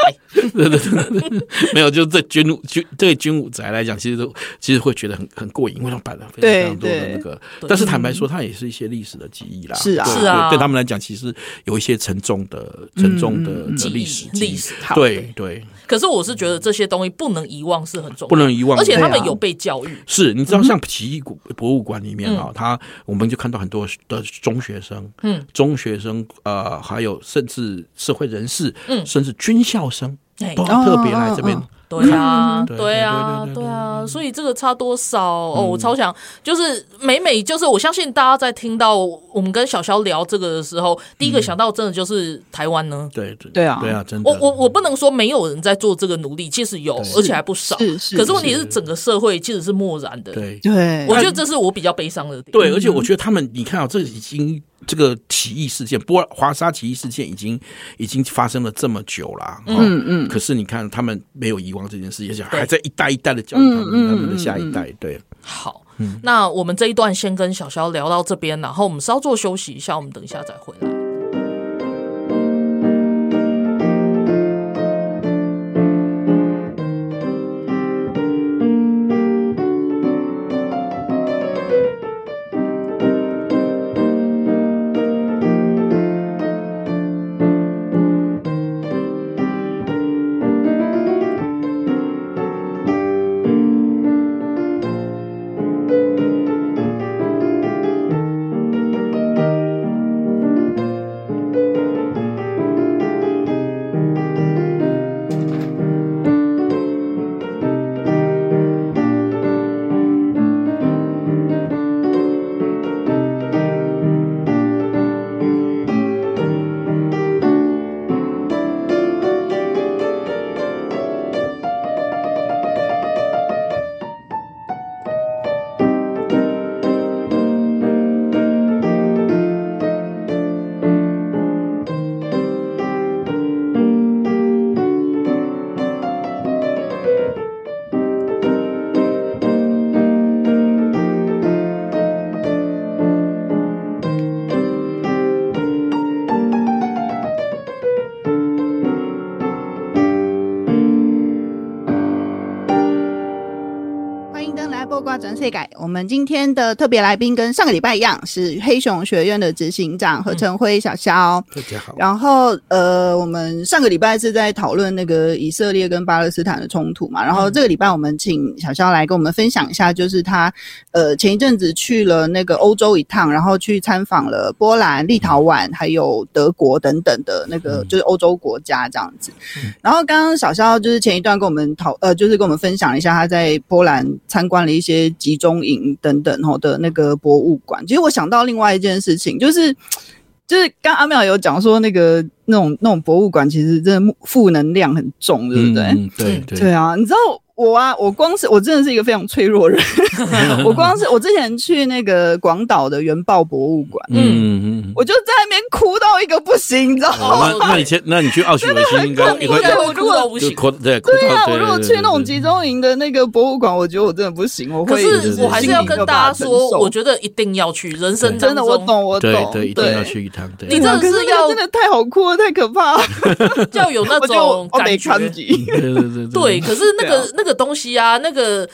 S3: 没有，就是对军武军对军武宅来讲，其实都其实会觉得很很过瘾，因为它摆了非常非
S2: 对
S3: 常多的那个。但是坦白说，它也是一些历史的记忆啦。
S2: 是啊
S1: 嗯
S3: 对
S1: 是啊
S3: 对对他们来讲，其实有一些沉重的沉重的的
S1: 记忆
S3: 历史
S1: 嗯历
S3: 记忆
S1: 史
S3: 对对，
S1: 可是我是觉得这些东西不能遗忘是很重要，
S3: 不能遗忘。
S1: 而且他
S2: 对
S1: 们
S2: 啊
S1: 有被教育，
S3: 是，你知
S1: 嗯
S3: 道像奇异古博物馆里面啊、他我们就看到很多的中学生，
S1: 嗯，
S3: 中学生呃，还有甚至社会人士，
S1: 嗯
S3: 甚至军校生
S1: 哎
S3: 都要特别来这边。
S2: 哦哦
S1: 对啊，
S3: 嗯
S1: 对啊，
S3: 对对对对对嗯
S1: 对啊，所以这个差多少哦？我超想，就是每每就是我相信大家在听到我们跟小肖聊这个的时候，第一个想到真的就是台湾呢。
S3: 对对
S2: 对啊
S3: 对啊，真的。
S1: 我我我不能说没有人在做这个努力，其实有，而且还不少。
S2: 是是
S1: 可是问题是，整个社会其实是漠然的。，
S3: 对
S2: 对，
S1: 我觉得这是我比较悲伤的点。
S2: 嗯
S3: 对，而且我觉得他们，你看啊、这已经这个起义事件，波华沙起义事件已经已经发生了这么久了，嗯嗯。可是你看，他们没有遗忘这件事，而且还在一代一代的教育他们、他们的下一代。对，
S1: 好，
S3: 嗯
S1: 那我们这一段先跟小肖聊到这边，然后我们稍作休息一下，我们等一下再回来。
S2: 破瓜转世改，我们今天的特别来宾跟上个礼拜一样，是黑熊学院的执行长何成辉小肖。
S3: 大家好，
S2: 然后呃，我们上个礼拜是在讨论那个以色列跟巴勒斯坦的冲突嘛，然后这个礼拜我们请小肖来跟我们分享一下，就是他呃前一阵子去了那个欧洲一趟，然后去参访了波兰、立陶宛还有德国等等的那个就是欧洲国家这样子。然后刚刚小肖就是前一段跟我们讨呃，就是跟我们分享了一下他在波兰参观了一些集中营等等吼的那个博物馆。其实我想到另外一件事情，就是就是刚阿妙有讲说那个那种那种博物馆其实真的负能量很重，对不对？
S3: 嗯对对
S2: 对啊，你知道我啊，我光是我真的是一个非常脆弱的 人，我光是我之前去那个广岛的原爆博物馆，
S3: 嗯嗯。
S2: 我就在那边哭到一个不行，你知道吗？
S3: 哦，那那你先，那你去奥许维辛应该
S1: 你
S3: 也
S1: 应
S3: 会
S1: 该会哭到不
S3: 就
S1: 行。
S3: 扩对扩
S2: 对啊，
S3: 大
S2: 我如果去那种集中营的那个博物馆，我觉得我真的不行，我
S1: 可
S2: 会
S3: 对对
S1: 是
S3: 对
S1: 我还是要跟大家
S2: 心里没有办法
S1: 说，
S2: 承受
S1: 我觉得一定要去，人生
S2: 真的，
S1: 当
S2: 我
S1: 中
S2: 懂，我
S3: 对
S2: 懂，
S3: 对，一定要。去一趟。对，
S1: 你真的
S2: 可
S1: 是
S2: 是那
S1: 要
S2: 个真的太好哭了，太可怕了，
S1: 要有那
S2: 我觉得
S1: 种
S2: 我我
S1: 感
S2: 没
S1: 觉
S2: 看。及。
S3: 对对对
S1: 对，可是那
S2: 对
S1: 个那个东西啊，那个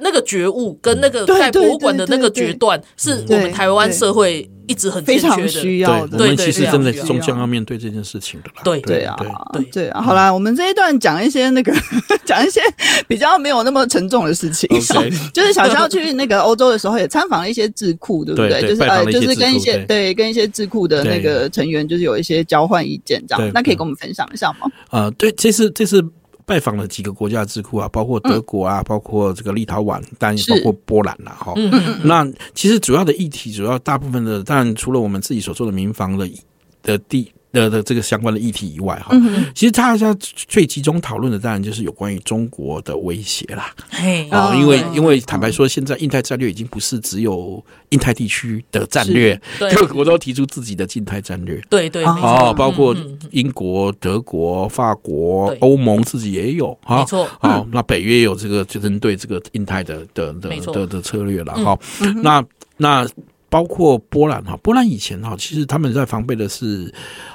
S1: 那个觉悟跟那个
S2: 对
S1: 在博物馆的
S2: 对
S1: 那
S2: 对
S1: 个
S2: 对
S1: 决断，是我
S2: 对
S1: 们台湾
S2: 对
S1: 社会一直很欠
S2: 非常
S1: 缺的。
S2: 需要的，
S3: 我们
S1: 对
S3: 其实
S1: 对
S3: 真的
S1: 对
S3: 终将要面对这件事情的啦。
S1: 对
S2: 对啊，
S1: 对
S2: 对啊。好啦，我们这一段讲一些那个， 讲一些比较没有那么沉重的事情。
S3: OK
S2: 就是小肖去那个欧洲的时候，也参访了一些智库，对不
S3: 对对
S2: 就是
S3: 拜访
S2: 呃，
S3: 了一些
S2: 就是跟一
S3: 智
S2: 些
S3: 库
S2: 对跟一些智库的那个成员，就是有一些交换意见这
S3: 对
S2: 样。那可以跟我们分享一下吗？
S3: 呃，对，这次这次拜访了几个国家的智库啊，包括德国啊，包括这个立陶宛，当然也
S2: 是嗯
S3: 包括波兰啦、哈、那其实主要的议题，主要大部分的，当然除了我们自己所做的民防的的地。的的这个相关的议题以外，哈、
S2: 嗯
S3: 其实大家最集中讨论的当然就是有关于中国的威胁啦。
S1: 嘿，嗯
S3: 啊、
S2: 哦
S3: 因为因为坦白说，现在印太战略已经不是只有印太地区的战略，
S1: 对
S3: 各国都提出自己的近态战略。
S1: 对对，
S2: 啊
S1: 没
S3: 哦，
S1: 错
S3: 包括
S1: 嗯嗯
S3: 英国、德国、法国
S1: 对、
S3: 欧盟自己也有哈，
S1: 没错
S3: 好，那北约有这个就针对这个印太的的的
S1: 没错嗯
S3: 的的策略了哈。那那包括波兰哈，波兰以前哈，其实他们在防备的是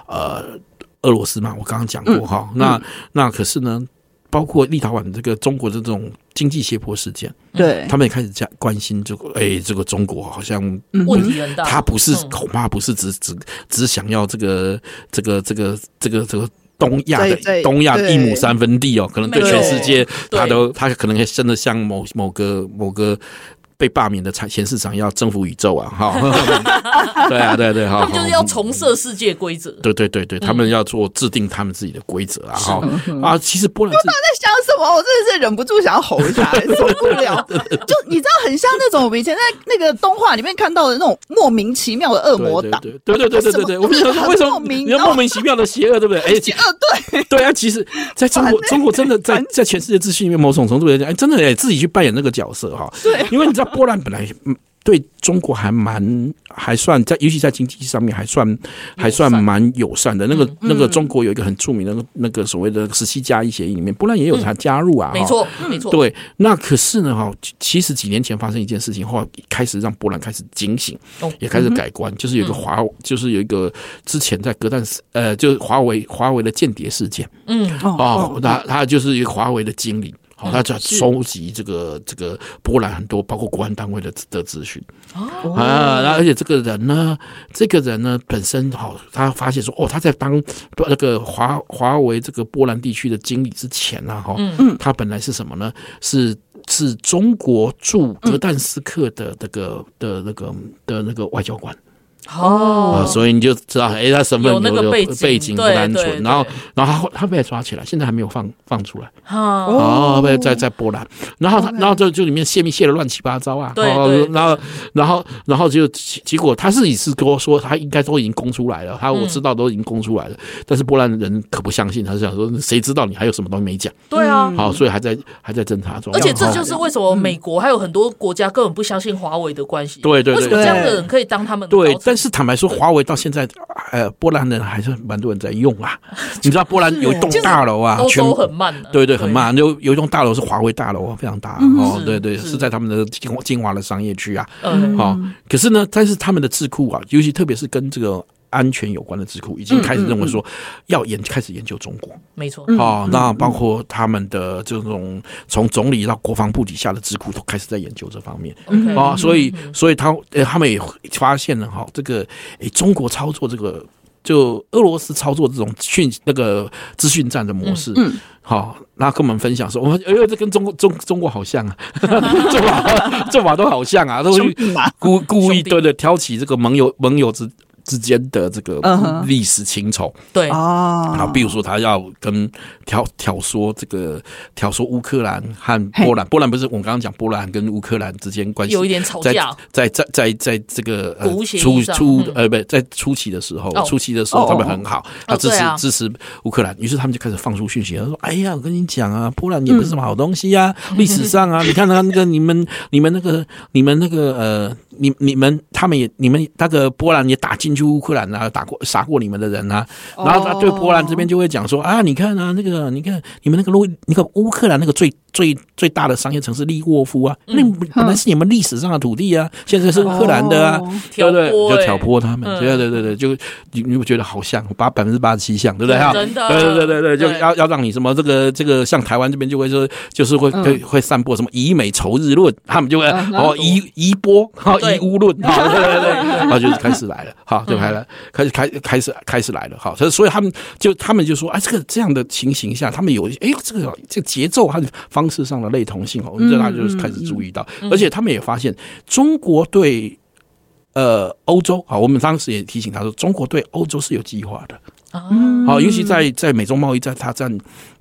S3: 呃俄罗斯嘛，我刚刚讲过哈。
S1: 嗯
S3: 那那可是呢，包括立陶宛这个中国的这种经济胁迫事件，
S2: 对，
S3: 他们也开始加关心这个，哎，这个中国好像
S1: 问题很大。
S3: 他不是
S1: 嗯
S3: 恐怕不是只只只想要这个这个这个这个这个。东亚
S2: 对对
S3: 的东亚
S2: 对
S3: 一亩三分地哦，可能对
S1: 没
S2: 错
S3: 全世界，
S1: 对
S3: 他都他可能还真的像某某个某个被罢免的前前市长要征服宇宙啊！哈，对啊，对对，
S1: 他
S3: 哈，
S1: 们就是要重设世界规则。
S3: 对对对对，他们要做制定他们自己的规则啊！哈啊，其实波兰自己
S2: 在想什么？我真的是忍不住想要吼一 下， 受不了。就你知道，很像那种我们以前在那个动画里面看到的那种莫名其妙的恶魔党，
S3: 对对对对对对对，我们想说为什么你要莫名其妙的邪恶，对不对？哎，
S2: 呃，对，
S3: 对啊，其实在中国，
S1: 欸
S3: 中国真的在在全世界秩序里面，某种程度来讲，哎，真的也自己去扮演那个角色哈。对，因为你知道波兰本来嗯对中国还蛮还算在，尤其在经济上面还算还算蛮友善的。那
S1: 嗯
S3: 个那个中国有一个很著名的那个那个所谓的十七加一协议里面，波兰也有它加入啊，哈
S1: 嗯没。错，没错，
S3: 对，那可是呢，哈，其实几年前发生一件事情，后来开始让波兰开始警醒，
S1: 哦嗯
S3: 也开始改观，就是有一个华，就是有一个之前在格但斯，呃，就是华为华为的间谍事件，
S1: 嗯，
S3: 哦，那他就是一个华为的经理。好，他就要收集这个这个波兰很多，包括国安单位的的资讯啊。
S1: 哦
S3: 那而且这个人呢，这个人呢本身好，他发现说哦，他在当那个华华为这个波兰地区的经理之前呢，哈，
S1: 嗯
S3: 他本来是什么呢？是是中国驻格但斯克的那个的那个的那个外交官。
S1: 哦，
S3: 啊，所以你就知道，哎，他身份
S1: 有那个
S3: 有
S1: 背
S3: 背
S1: 景
S3: 景不
S1: 对
S3: 单
S1: 对
S3: 纯，
S1: 对
S3: 然后然后他后他被抓起来，现在还没有放放出来，
S1: 哈，
S3: 哦，被在在波兰，然后他然后就就里面泄密泄的乱七八糟啊，
S1: 对
S3: 哦
S1: 对
S3: 然后然后然后就结结果他自己是跟我说他应该都已经供出来了，他
S1: 嗯
S3: 我知道都已经供出来了，但是波兰人可不相信，他就想说谁知道你还有什么东西没讲，
S1: 对啊。
S2: 哦嗯
S3: 好，所以还在还在侦查中，
S1: 而且这
S3: 哦
S1: 就是为什么美国还有很多国家根本不相信华为的关系。
S3: 对对对
S1: 为什么这样的人可以当他们的
S3: 对
S1: 高，层
S3: 但是坦白说，华为到现在，呃，波兰人还是蛮多人在用 啊。你知道波兰有一栋大楼啊，
S1: 欧
S3: 全
S1: 洲很慢的，
S3: 对对很慢，有有一栋大楼是华为大楼啊，非常大啊哦
S1: 是，
S3: 对对，
S1: 嗯是
S3: 是在他们的精华精华的商业区啊。
S1: 嗯，
S3: 好，可是呢，但是他们的智库啊，尤其特别是跟这个。安全有关的智库已经开始认为说要研开始研究中国。
S1: 没错，
S3: 啊、那包括他们的这种从总理到国防部底下的智库都开始在研究这方面啊、
S1: 嗯
S3: 所以所以他、呃、他们也发现了哈，这个诶中国操作这个就俄罗斯操作这种讯那个资讯战的模式，
S2: 嗯嗯
S3: 好、那跟我们分享说，我们哎呦，这跟中国中中国好像 啊，做法做法都好像啊，都
S2: 兄
S3: 去
S2: 弟嘛，
S3: 故故意
S1: 兄弟
S3: 对对挑起这个盟友盟友之之间的这个
S2: 嗯哼
S3: 历史情仇，
S1: 对，
S2: 哦，
S3: 啊，比如说他要跟挑挑唆这个挑唆乌克兰和波兰，波兰不是我们刚刚讲波兰跟乌克兰之间关系
S1: 有一点吵
S3: 在
S1: 架，
S3: 在在在在这个、呃
S1: 国无协议
S3: 初
S1: 上
S3: 初
S1: 嗯
S3: 呃不在初期的时候
S1: 哦，
S3: 初期的时候
S2: 哦
S3: 他们很好，他支
S1: 对
S3: 持
S1: 啊
S3: 支持乌克兰，于是他们就开始放出讯息，他说：“哎呀，我跟你讲啊，波兰也不是什么好东西啊，历史上啊，你看他那个你们你们那个你们那个呃，你你们他们也你们那个波兰也打进去乌克兰啊，打过杀过你们的人啊，然后他对波兰这边就会讲说啊，你看啊，那个你看你们那个路，那个乌克兰那个最最最大的商业城市利沃夫啊，那本来是你们历史上的土地啊，现在是乌克兰的啊
S2: 哦，
S3: 对不
S1: 挑拨
S3: 对？就
S1: 欸
S3: 挑拨他们，
S1: 嗯
S3: 对对对对，就你你不觉得好像八百分之八十七像，对不对？哈
S1: 真的
S3: 对对对对对，就
S1: 对
S3: 要要让你什么这个这个，像台湾这边就会说，就是会会会散播什么以美仇日论，他们就会
S2: 嗯
S3: 哦以以波哈
S1: 对
S3: 以乌论哈，对对对， 然后就是开始来了，哈，就来
S2: 嗯
S3: 了，开始开开始开始来了，哈，所以所以他们就他们就说，哎，这个这样的情形下，他们有哎这个这个节奏和方式上的类同性哦，我们
S2: 嗯
S3: 这大家就是开始注意到，而且他们也发现中国对。呃，欧洲啊，我们当时也提醒他说，中国对欧洲是有计划的，
S1: 啊嗯
S3: 好，尤其在在美中贸易战大战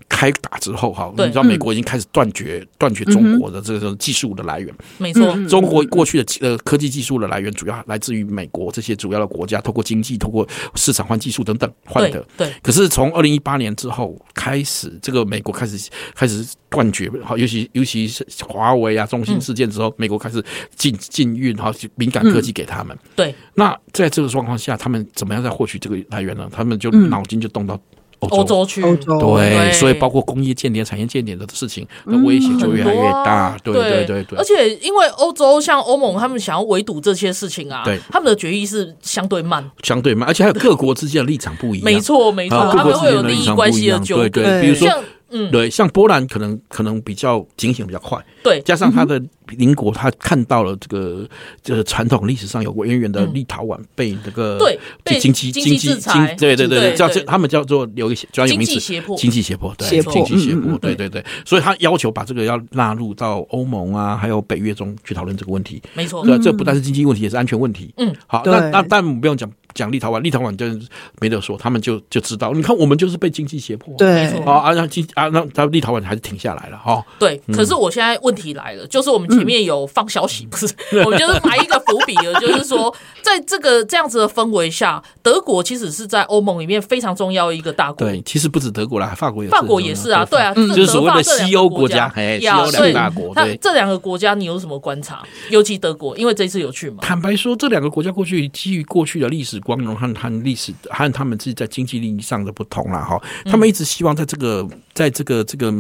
S3: 开打之后，哈，
S1: 对嗯
S3: 你知道美国已经开始断绝断绝中国的这种技术的来源。
S1: 没错，
S3: 中国过去的技呃科技技术的来源主要来自于美国这些主要的国家，透过经济、透过市场换技术等等换
S1: 对
S3: 的。
S1: 对，
S3: 可是从二零一八年之后开始，这个美国开始开始断绝，好，尤其尤其是华为啊、中兴事件之后，美国开始禁禁运哈敏感科技给他们。
S1: 对，
S3: 那在这个状况下，他们怎么样再获取这个来源呢？他们就脑筋就动到
S1: 嗯欧
S3: 欧洲。
S1: 洲区，
S2: 欧洲
S3: 对，
S1: 对
S3: 所以包括工业间谍、产业间谍的事情，那威胁就越来越
S1: 嗯
S3: 大。对对对对，
S1: 而且因为欧洲像欧盟，他们想要围堵这些事情啊，
S3: 对
S1: 他们的决议是相对慢，
S3: 相对嘛，而且还有各国之间的立场不一样。
S1: 没错没错，
S3: 啊，各
S1: 他们会
S3: 国之间
S1: 有
S3: 的
S1: 利
S3: 立
S1: 益
S3: 场
S1: 关
S3: 不一
S1: 系的
S3: 样。
S1: 纠
S3: 对
S1: 葛，
S3: 对，比如说
S1: 像嗯
S3: 对，像波兰可能可能比较警醒比较快，
S1: 对嗯
S3: 加上他的邻国，他看到了这个这个传统历史上有过渊源的
S1: 嗯
S3: 立陶宛被这个
S1: 对被
S3: 经济
S1: 经
S3: 经
S1: 济
S3: 济
S1: 制裁
S3: 经对对对
S1: 对
S3: 对，叫
S1: 对
S3: 这他们叫做有一些专有
S1: 经
S3: 名
S1: 济
S3: 词
S1: 胁迫，
S3: 经济胁迫，对，
S2: 胁迫
S3: 经济
S2: 嗯
S3: 胁
S2: 嗯
S3: 迫，
S2: 嗯
S3: 对对对，所以他要求把这个要纳入到欧盟啊，还有北约中去讨论这个问题。
S1: 没错，
S3: 对，这不但是经济问题，也是安全问题。
S1: 嗯，
S3: 好，那
S2: 对
S3: 那但我们不用讲讲立陶宛，立陶宛真没得说，他们就就知道，你看我们就是被经济胁迫。，
S1: 没
S2: 对
S1: 错
S3: 啊啊，让经啊让他立陶宛还是停下来了哦哈。
S1: 对，可是我现在问题来了，就是我们前面有放消
S3: 嗯
S1: 息，不是， 我们就是埋一个伏笔 了，就是说，在这个这样子的氛围下，德国其实是在欧盟里面非常重要的一个大国。
S3: 对，其实不止德国啦，法国也是，
S1: 法国也是啊，对啊，
S3: 嗯
S1: 这
S3: 就是所谓
S1: 德法
S3: 的
S1: 这两
S3: 西
S1: 个
S3: 欧
S1: 国
S3: 国家，哎，西
S1: 呀
S3: 欧两大国，
S1: 所以
S3: 对。
S1: 它这两个国家你有什么观察？尤其德国，因为这次有去嘛，
S3: 坦白说，这两个国家过去基于过去的历史光荣和和历史和他们自己在经济利益上的不同啦，哈，
S1: 嗯
S3: 他们一直希望在这个在这个这个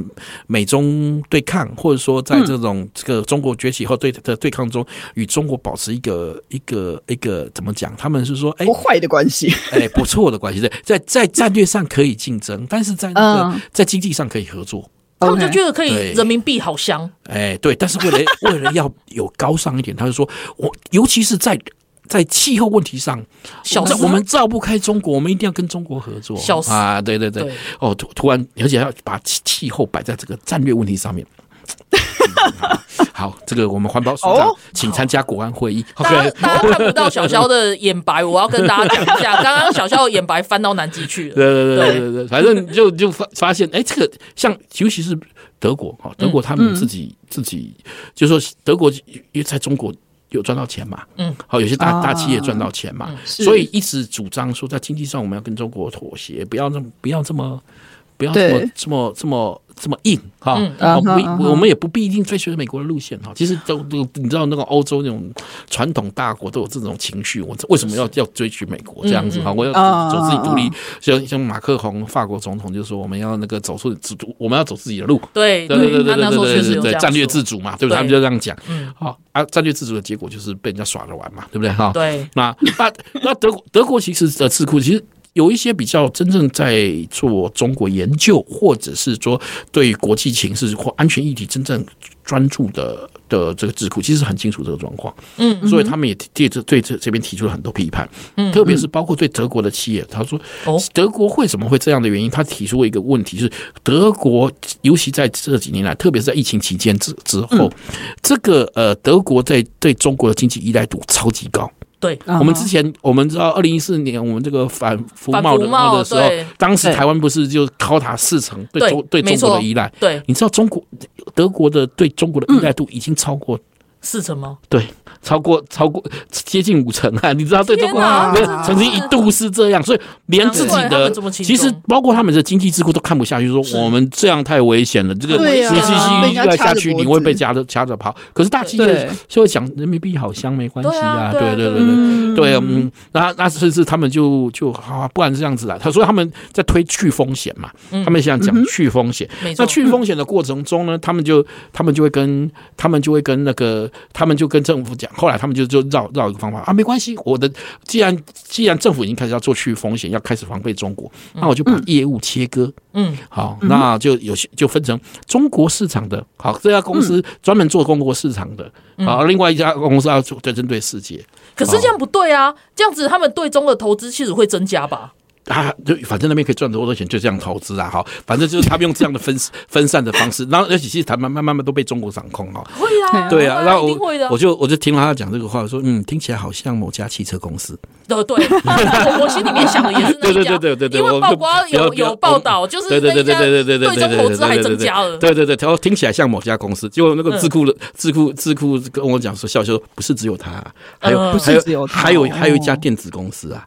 S3: 美中对抗，或者说
S1: 嗯
S3: 在这种这个中国崛起后对的对抗中，与中国保持一个一个一个怎么讲？他们是说，哎
S2: 不坏的关系，
S3: 哎，不错的关系，在在在战略上可以竞争，但是在那个
S2: 嗯
S3: 在经济上可以合作。
S1: 他们就觉得可
S3: 对
S1: 以人民币好香，
S3: 哎，对，但是为了为了要有高尚一点，他就说我，尤其是在在气候问题上，
S1: 小
S3: 我
S1: 时
S3: 们我们照不开中国，我们一定要跟中国合作。
S1: 小时
S3: 啊，对对对，
S1: 对
S3: 哦，突突然，而且要把气气候摆在这个战略问题 上面。嗯好，好这个我们环保署长、
S2: 哦
S3: 请参加国安会议。
S1: 大家
S3: OK，
S1: 大家看不到小肖的眼白，我要跟大家讲一 下，刚刚小肖的眼白翻到南极去了。
S3: 对对对对对，反正就就发发现，哎，这个像尤其是德国哈，德国他们自己、自己就说德国因为在中国有赚到钱嘛，
S1: 嗯，
S3: 好，有些大
S2: 啊
S3: 大企业赚到钱嘛，嗯
S2: 是
S3: 所以一直主张说在经济上我们要跟中国妥协，不要那么不要这么。不要这么
S2: 对
S3: 这么这么这么硬哈。
S1: 嗯
S3: 啊，
S2: 嗯
S3: 不
S2: 哼
S3: 一
S2: 嗯，哼
S3: 我们也不必一定追随美国的路线哈。其实都都，你知道那个欧洲那种传统大国都有这种情绪，我为什么要要追随美国这样子哈？我要
S2: 嗯
S3: 走
S2: 嗯
S3: 自己独立
S2: 嗯，
S3: 像像马克宏法国总统就说我们要那个走出自主，我们要走自己的路。
S1: 哎对
S3: 对对对
S1: 他
S3: 对
S1: 那时候确
S3: 对
S1: 实
S3: 对
S1: 有
S3: 对，战略自主嘛，对不
S1: 对
S3: 对？他们就这样讲。
S1: 嗯，
S3: 好啊，战略自主的结果就是被人家耍着玩嘛，对不对哈？
S1: 对，
S3: 那那那德国德国其实的智库其实。有一些比较真正在做中国研究，或者是说对国际情势或安全议题真正专注的的这个智库，其实很清楚这个状况，
S1: 嗯，
S3: 所以他们也对这对这这边提出了很多批判，嗯，特别是包括对德国的企业，他说
S1: 哦，
S3: 德国为什么会这样的原因，他提出过一个问题，就是德国尤其在这几年来，特别是在疫情期间之之
S1: 嗯
S3: 后，这个呃德国在对中国的经济依赖度超级高，
S1: 对，
S2: 嗯
S3: 我们之前我们知道，二零一四年我们这个反服
S1: 反
S3: 贸
S1: 服
S3: 的
S1: 贸
S3: 的时候
S1: 对，
S3: 当时
S2: 对
S3: 台湾不是就高达四成对
S1: 对
S3: 中对
S1: 没
S3: 中国的
S1: 错
S3: 依赖？
S1: 对，
S3: 你知道中国德国的对中国的依赖度已经超
S1: 嗯
S3: 过
S1: 是什么？
S3: 对，超过超过接近五成啊！ 你知道对中国
S1: 天哪
S3: 不是
S1: 真的是
S3: 曾经一度是这样，所以连自己
S1: 难怪他
S3: 的
S1: 们这么轻松
S3: 其实包括他们的经济智库都看不下去，说
S1: 是
S3: 我们这样太危险了，这个
S2: 对
S3: 你
S2: 啊
S3: 继
S2: 被
S3: 续
S2: 人家
S3: 再
S2: 掐
S3: 下
S2: 着
S3: 去
S2: 脖
S3: 你
S2: 子
S3: 会被夹着夹着跑。可是大企业
S2: 对
S3: 就会讲人民币好香没关系啊，
S1: 对
S3: 对
S1: 啊
S3: 对
S1: 对啊
S3: 对对对，嗯，那那甚至他们就就好啊，不然这样子啊，他说他们在推去风险嘛，他们想讲去风险，
S1: 嗯没错
S3: 啊那，去风险的过程中呢，他们就他们就会跟他们就会跟那个他们就跟政府讲，后来他们就就绕绕一个方法啊，没关系，我的既然既然政府已经开始要做去风险，要开始防备中国，那我就把业务切割，
S1: 嗯，
S3: 好，那就有些就分成中国市场的，好这家公司专门做中国市场的，
S1: 嗯
S3: 好，另外一家公司要做对针对世界
S1: 可是这样不对啊，这样子他们对中的投资其实会增加吧？
S3: 啊，就反正那边可以赚多多钱，就这样投资啊，好，反正就是他们用这样的分 分散的方式，然后而且其实他慢慢慢慢都被中国掌控哈。
S1: 会啊，
S3: 对啊，那
S1: 一定
S3: 我
S1: 会的啊，
S3: 我就我就听了他讲这个话，我说嗯，听起来好像某家汽车公司。
S1: 对呃对， 我我心里面想的也是那一家，
S3: 对对对对对对
S1: 因为
S3: 我
S1: 包括
S3: 就不要
S1: 有
S3: 不要
S1: 有报道，就是
S3: 对对对对对对对
S1: 那一家对中投资还增加了，
S3: 对对对，然后听起来像某家公司，结果那个智库的智库智库跟我讲说，笑笑不是只有他，还有
S1: 嗯
S3: 还有
S2: 不是只有他
S3: 还有
S2: 哦
S3: 还有一家电子公司啊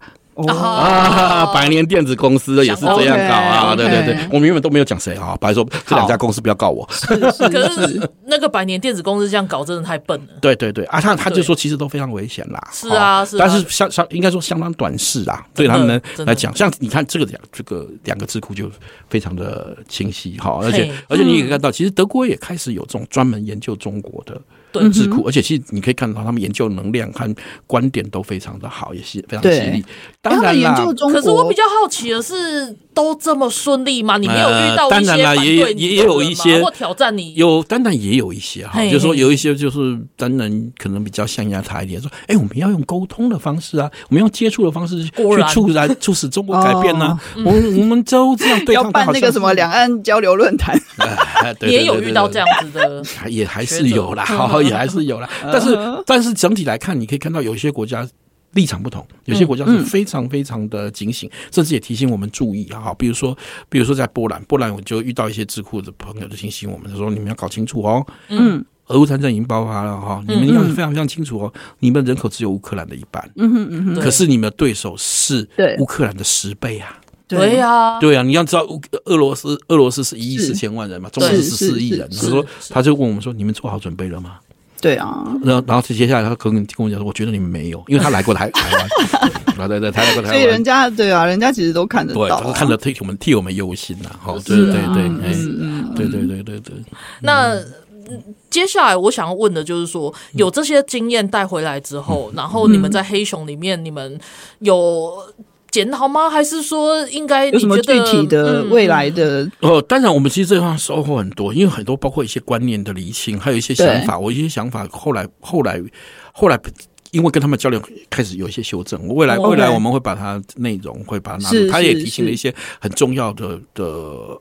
S1: 啊
S3: 啊，百年电子公司也是这样搞啊，
S2: OK，
S3: 对对对
S2: OK，
S3: 我们原本都没有讲谁啊，白说这两家公司不要告我，
S1: 可是那个百年电子公司这样搞真的太笨了，
S3: 对对对啊，他他就说其实都非常危险啦，
S1: 是啊
S3: 哦
S1: 是啊
S3: 但是相相应该说相当短视啦，对他们来
S1: 真的
S3: 来讲，像你看这个两这个两个智库就非常的清晰哈，而
S1: 嘿嗯
S3: 且而且你也看到，其实德国也开始有这种专门研究中国的
S1: 对嗯
S3: 智库，而且其实你可以看到他们研究能量和观点都非常的好，也是非常犀利
S2: 对。
S3: 当
S2: 他
S3: 然
S2: 们研
S3: 啦，
S2: 究中国，
S1: 可是我比较好奇的是，都这么顺利吗？你没有遇到
S3: 呃
S1: 一
S3: 当
S1: 些
S3: 然啦
S1: 反
S3: 也
S1: 对你
S3: 也
S1: 的
S3: 也有
S1: 人
S3: 一
S1: 吗
S3: 些
S1: 或挑战你？
S3: 有，当然也有一些哈，
S1: 嘿
S3: 就是说
S1: 嘿
S3: 有一些就是当然可能比较象牙塔一点，说哎，我们要用沟通的方式啊，我们用接触的方式去
S1: 果然
S3: 促 然促使中国改变呢、
S2: 哦
S1: 嗯
S3: 我们我们都这样对
S2: 要
S3: 抗它，
S2: 办
S3: 好
S2: 那
S3: 像
S2: 个什么两岸交流论坛，
S3: 哎 对对
S1: 也
S3: 对
S1: 有
S3: 对
S1: 遇
S3: 对
S1: 到
S3: 对
S1: 这样子的，
S3: 还也还
S1: 学
S3: 是
S1: 者
S3: 有啦，
S2: 嗯
S3: 好 也还是有啦。但是但是整体来看，你可以看到有些国家立场不同，有
S2: 嗯
S3: 些国家是非常非常的警醒，甚至也提醒我们注意啊。好比如说，比如说在波兰，波兰我就遇到一些智库的朋友就提醒我们说，你们要搞清楚哦。
S2: 嗯，
S3: 俄乌战争已经爆发了哈，你们要非常非常清楚哦，你们人口只有乌克兰的一半，
S2: 嗯哼嗯哼，
S1: 对
S3: 可是你们的对手是
S2: 对
S3: 乌克兰的十倍啊。
S1: 对呀，
S3: 对啊，你要知道乌俄罗斯俄罗斯是一亿四千万人嘛，中国
S1: 对
S3: 是十四亿人，
S2: 是
S3: 他
S1: 是
S3: 说
S1: 是
S3: 他就问我们说，你们做好准备了吗？
S2: 对啊，
S3: 然后，然后接下来他可能跟我讲说，我觉得你们没有，因为他来过台台湾， 啊对对，他来过台
S2: 所以人
S3: 湾，
S2: 家对啊，人家其实都看得
S3: 对，
S2: 到
S3: 他
S2: 啊，嗯
S3: 看得替我们替我们忧心呐，好，对对对，哎，对对对对对，
S1: 那嗯接下来我想要问的就是说，有这些经验带回来之后，然后你们在黑熊里面，你们有检讨吗？还是说应该
S2: 有什么
S1: 你觉
S2: 具
S1: 得
S2: 体的
S1: 嗯
S2: 未来的
S3: 哦，当然我们其实这方面收获很多，因为很多包括一些观念的厘清，还有一些想法，我一些想法后来后来后来。因为跟他们交流开始有一些修正，未来
S1: 哦
S3: 未来
S2: OK
S3: 我们会把它内容会把它纳入，
S2: 是
S3: 他也
S2: 是
S3: 提醒了
S2: 是
S3: 一些很重要的的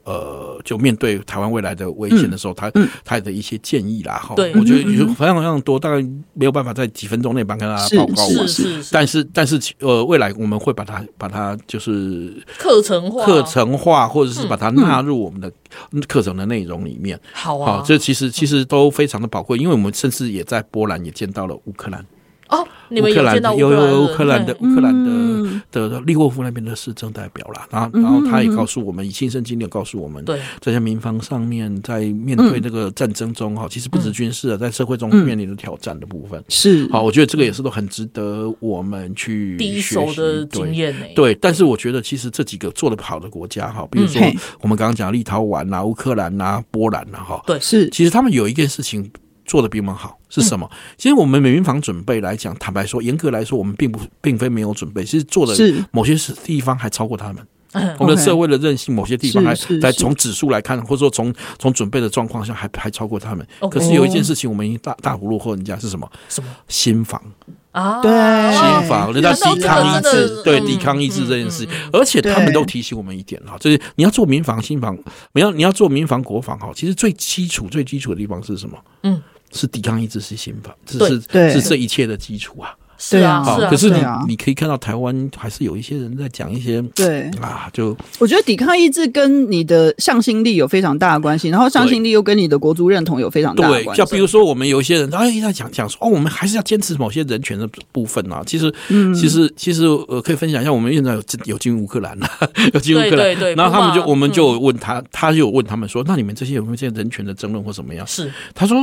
S3: 呃，就面对台湾未来的危险的
S2: 嗯
S3: 时候，他他的一些建议啦哈，
S1: 对
S3: 我觉得有非常非常多，大概没有办法在几分钟内帮跟大
S2: 是
S3: 家报告
S1: 是
S3: 完，
S1: 是是
S3: 但是但是呃，未来我们会把它把它就是
S1: 课程化
S3: 课程化，或者是把它纳入我们的
S1: 嗯
S3: 课程的内容里面。
S1: 好
S3: 好、
S1: 啊，
S3: 这其实其实都非常的宝贵，因为我们甚至也在波兰也见到了乌克兰
S1: 哦，你们
S3: 乌克
S1: 有
S3: 兰
S1: 见到
S3: 的有有乌克
S1: 克
S3: 兰
S1: 兰
S3: 的
S1: 人
S3: 乌克兰的
S2: 嗯
S3: 的的利沃夫那边的市政代表啦，然后然后他也告诉我们，以亲身经历告诉我们，
S1: 嗯对
S3: 在这民防上面，在面对这个战争中哈，其实不止军
S1: 嗯
S3: 事啊，在社会中面临的挑战的部分。
S2: 是
S3: 好，我觉得这个也是都很值得我们
S1: 对
S3: 去
S1: 嗯第一
S3: 学
S1: 手
S3: 习
S1: 的
S3: 对
S1: 经验呢，
S3: 对，但是我觉得其实这几个做的好的国家哈，比如说
S2: 嗯嘿
S3: 我们刚刚讲立陶宛啊啦、乌克兰啦、波兰啦哈，
S2: 是
S3: 其实他们有一件事情做的比我们好是什么？其实我们美民防准备来讲，坦白说，严格来说，我们并不并非没有准备，其实做的
S2: 是
S3: 某些是地方还超过他们。
S1: 嗯
S3: 我们的
S2: OK
S3: 社会的韧性，某些地方还
S2: 是是
S3: 在
S2: 是
S3: 从指数来看，或者说从从准备的状况下还还超过他们。
S1: OK
S3: 可是有一件事情，我们已经大大幅落后人家是什么？
S1: 什么
S3: 新房。
S1: 啊？
S2: 对
S3: 新
S2: 哎
S3: 房，人家
S1: 看到
S3: 抵
S1: 这
S3: 抗
S1: 个
S3: 意
S1: 真的
S3: 志，对
S1: 嗯
S3: 抵抗意志这件事，而且他们都提醒我们一点哈，就是你要做民防、新房，你要你要做民防、国防哈，其实最基础、最基础的地方是什么？
S1: 嗯，
S3: 是抵抗意志，是新房，这
S1: 对
S3: 是
S2: 对
S3: 是这一切的基础啊。
S1: 是啊
S2: 对啊
S1: 是啊，
S3: 可是你
S2: 对啊
S3: 你可以看到台湾还是有一些人在讲一些
S2: 对
S3: 啊，就
S2: 我觉得抵抗意志跟你的向心力有非常大的关系，然后向心力又跟你的国族认同有非常大的
S3: 对，
S2: 关系。
S3: 像比如说我们有一些人，哎，一直在讲讲说哦，我们还是要坚持某些人权的部分啊。其实，
S1: 嗯
S3: 其实，其实，呃，可以分享一下，我们现在有有进乌克兰啊， 有进乌克兰，
S1: 对对对
S3: 然后他们就
S1: 不嘛嗯
S3: 我们就有问他，他就有问他们说，那你们这些有没有这些人权的争论或怎么样？
S1: 是
S3: 他说。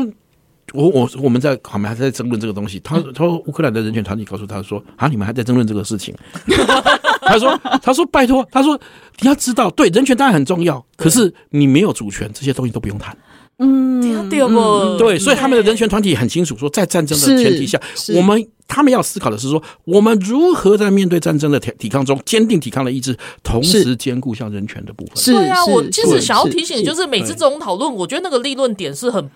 S3: 我我我们在我们还在争论这个东西，
S1: 嗯
S3: 他他说乌克兰的人权团体告诉他说啊，你们还在争论这个事情， 他说他说拜托，他说你要知道，对人权当然很重要，可是你没有主权，这些东西都不用谈。
S1: 对对不？
S3: 对，所以他们的人权团体很清楚说，在战争的前提下，
S2: 是是
S3: 我们他们要思考的是说，我们如何在面对战争的抵抵抗中坚定抵抗的意志，同时兼顾像人权的部分。
S2: 是
S1: 对啊，
S2: 是
S1: 我其实
S2: 是
S1: 想要提醒，
S2: 是
S1: 就是每次
S3: 对
S1: 这种讨论，我觉得那个立论点是很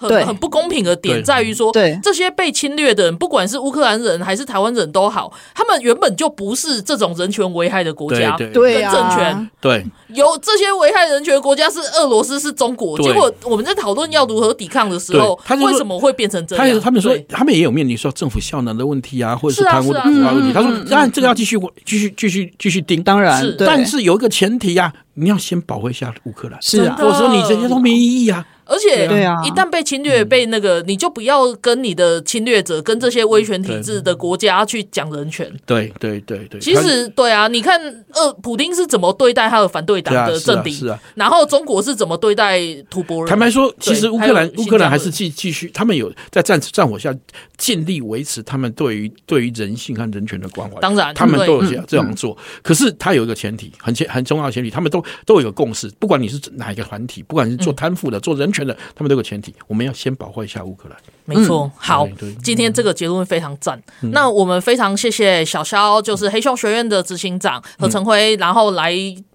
S2: 对
S1: 很很不公平的点，
S3: 对
S1: 在于说，
S2: 对
S1: 这些被侵略的人，不管是乌克兰人还是台湾人都好，他们原本就不是这种人权危害的国家。
S3: 对
S2: 对啊，
S1: 跟政权
S3: 对
S1: 有这些危害人权的国家是俄罗斯，是中国。
S3: 对
S1: 结果我们在讨论要如何抵抗的时候
S3: 对他，就说
S1: 为什么会变成这
S3: 他也
S1: 样？
S3: 他们说
S1: 对，
S3: 他们也有面临说政府效能的问题啊，或者是
S1: 是啊
S3: 贪污的
S1: 是啊
S3: 腐化问题。
S1: 嗯
S3: 他说，当然这个要继续继续继续继续盯，
S2: 当然
S1: 是，
S2: 对
S3: 但是有一个前提啊，你要先保卫一下乌克兰。
S2: 是
S1: 真
S2: 啊
S1: 的
S3: 我说你这些都没意义啊。嗯
S1: 而且
S2: 对啊
S1: 一旦被侵略，被那个，你就不要跟你的侵略者、跟这些威权体制的国家去讲人权。
S3: 对对对对，
S1: 其
S3: 他
S1: 实对啊，你看呃，普丁是怎么对待他的反对党
S3: 对啊
S1: 的
S3: 是啊
S1: 政敌，
S3: 是啊
S1: 然后中国是怎么对待吐蕃人？
S3: 坦白说，
S1: 对
S3: 其实乌
S1: 还
S3: 克
S1: 有
S3: 兰
S1: 新
S3: 乌克兰
S1: 疆
S3: 还
S1: 的
S3: 是嗯继继续，他们有在战战火下尽力维持他们对于对于人性和人权的关怀。
S1: 当然
S3: 他们
S1: 对嗯
S3: 都有这样这样做。可是他有一个前提，很前很重要的前提，他们都都有一个共识，不管你是哪一个团体，不管是
S1: 嗯
S3: 做贪腐的、做人权的，他们都有个前提，我们要先保护一下乌克兰。
S1: 没错，好
S3: 对对，嗯
S1: 今天这个结论非常赞。那我们非常谢谢小肖，就是黑熊学院的执行长何成辉，
S3: 嗯
S1: 然后来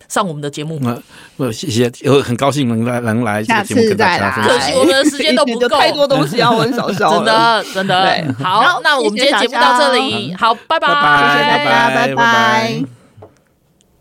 S1: 上我们的节目。
S3: 那我谢谢，我很高兴能来能来这
S2: 下
S3: 个节目
S2: 次
S3: 跟
S2: 再
S3: 大家
S2: 来。
S3: 分享
S1: 可。惜我们的时间都 不够
S2: 太多东西要啊问小 小了
S1: 真的，啊真 的
S2: 对
S1: 好，那我们今天节目到这里，好，拜
S2: 谢谢
S3: 拜
S2: 大
S3: 拜
S2: 家，
S3: 拜
S2: 拜拜。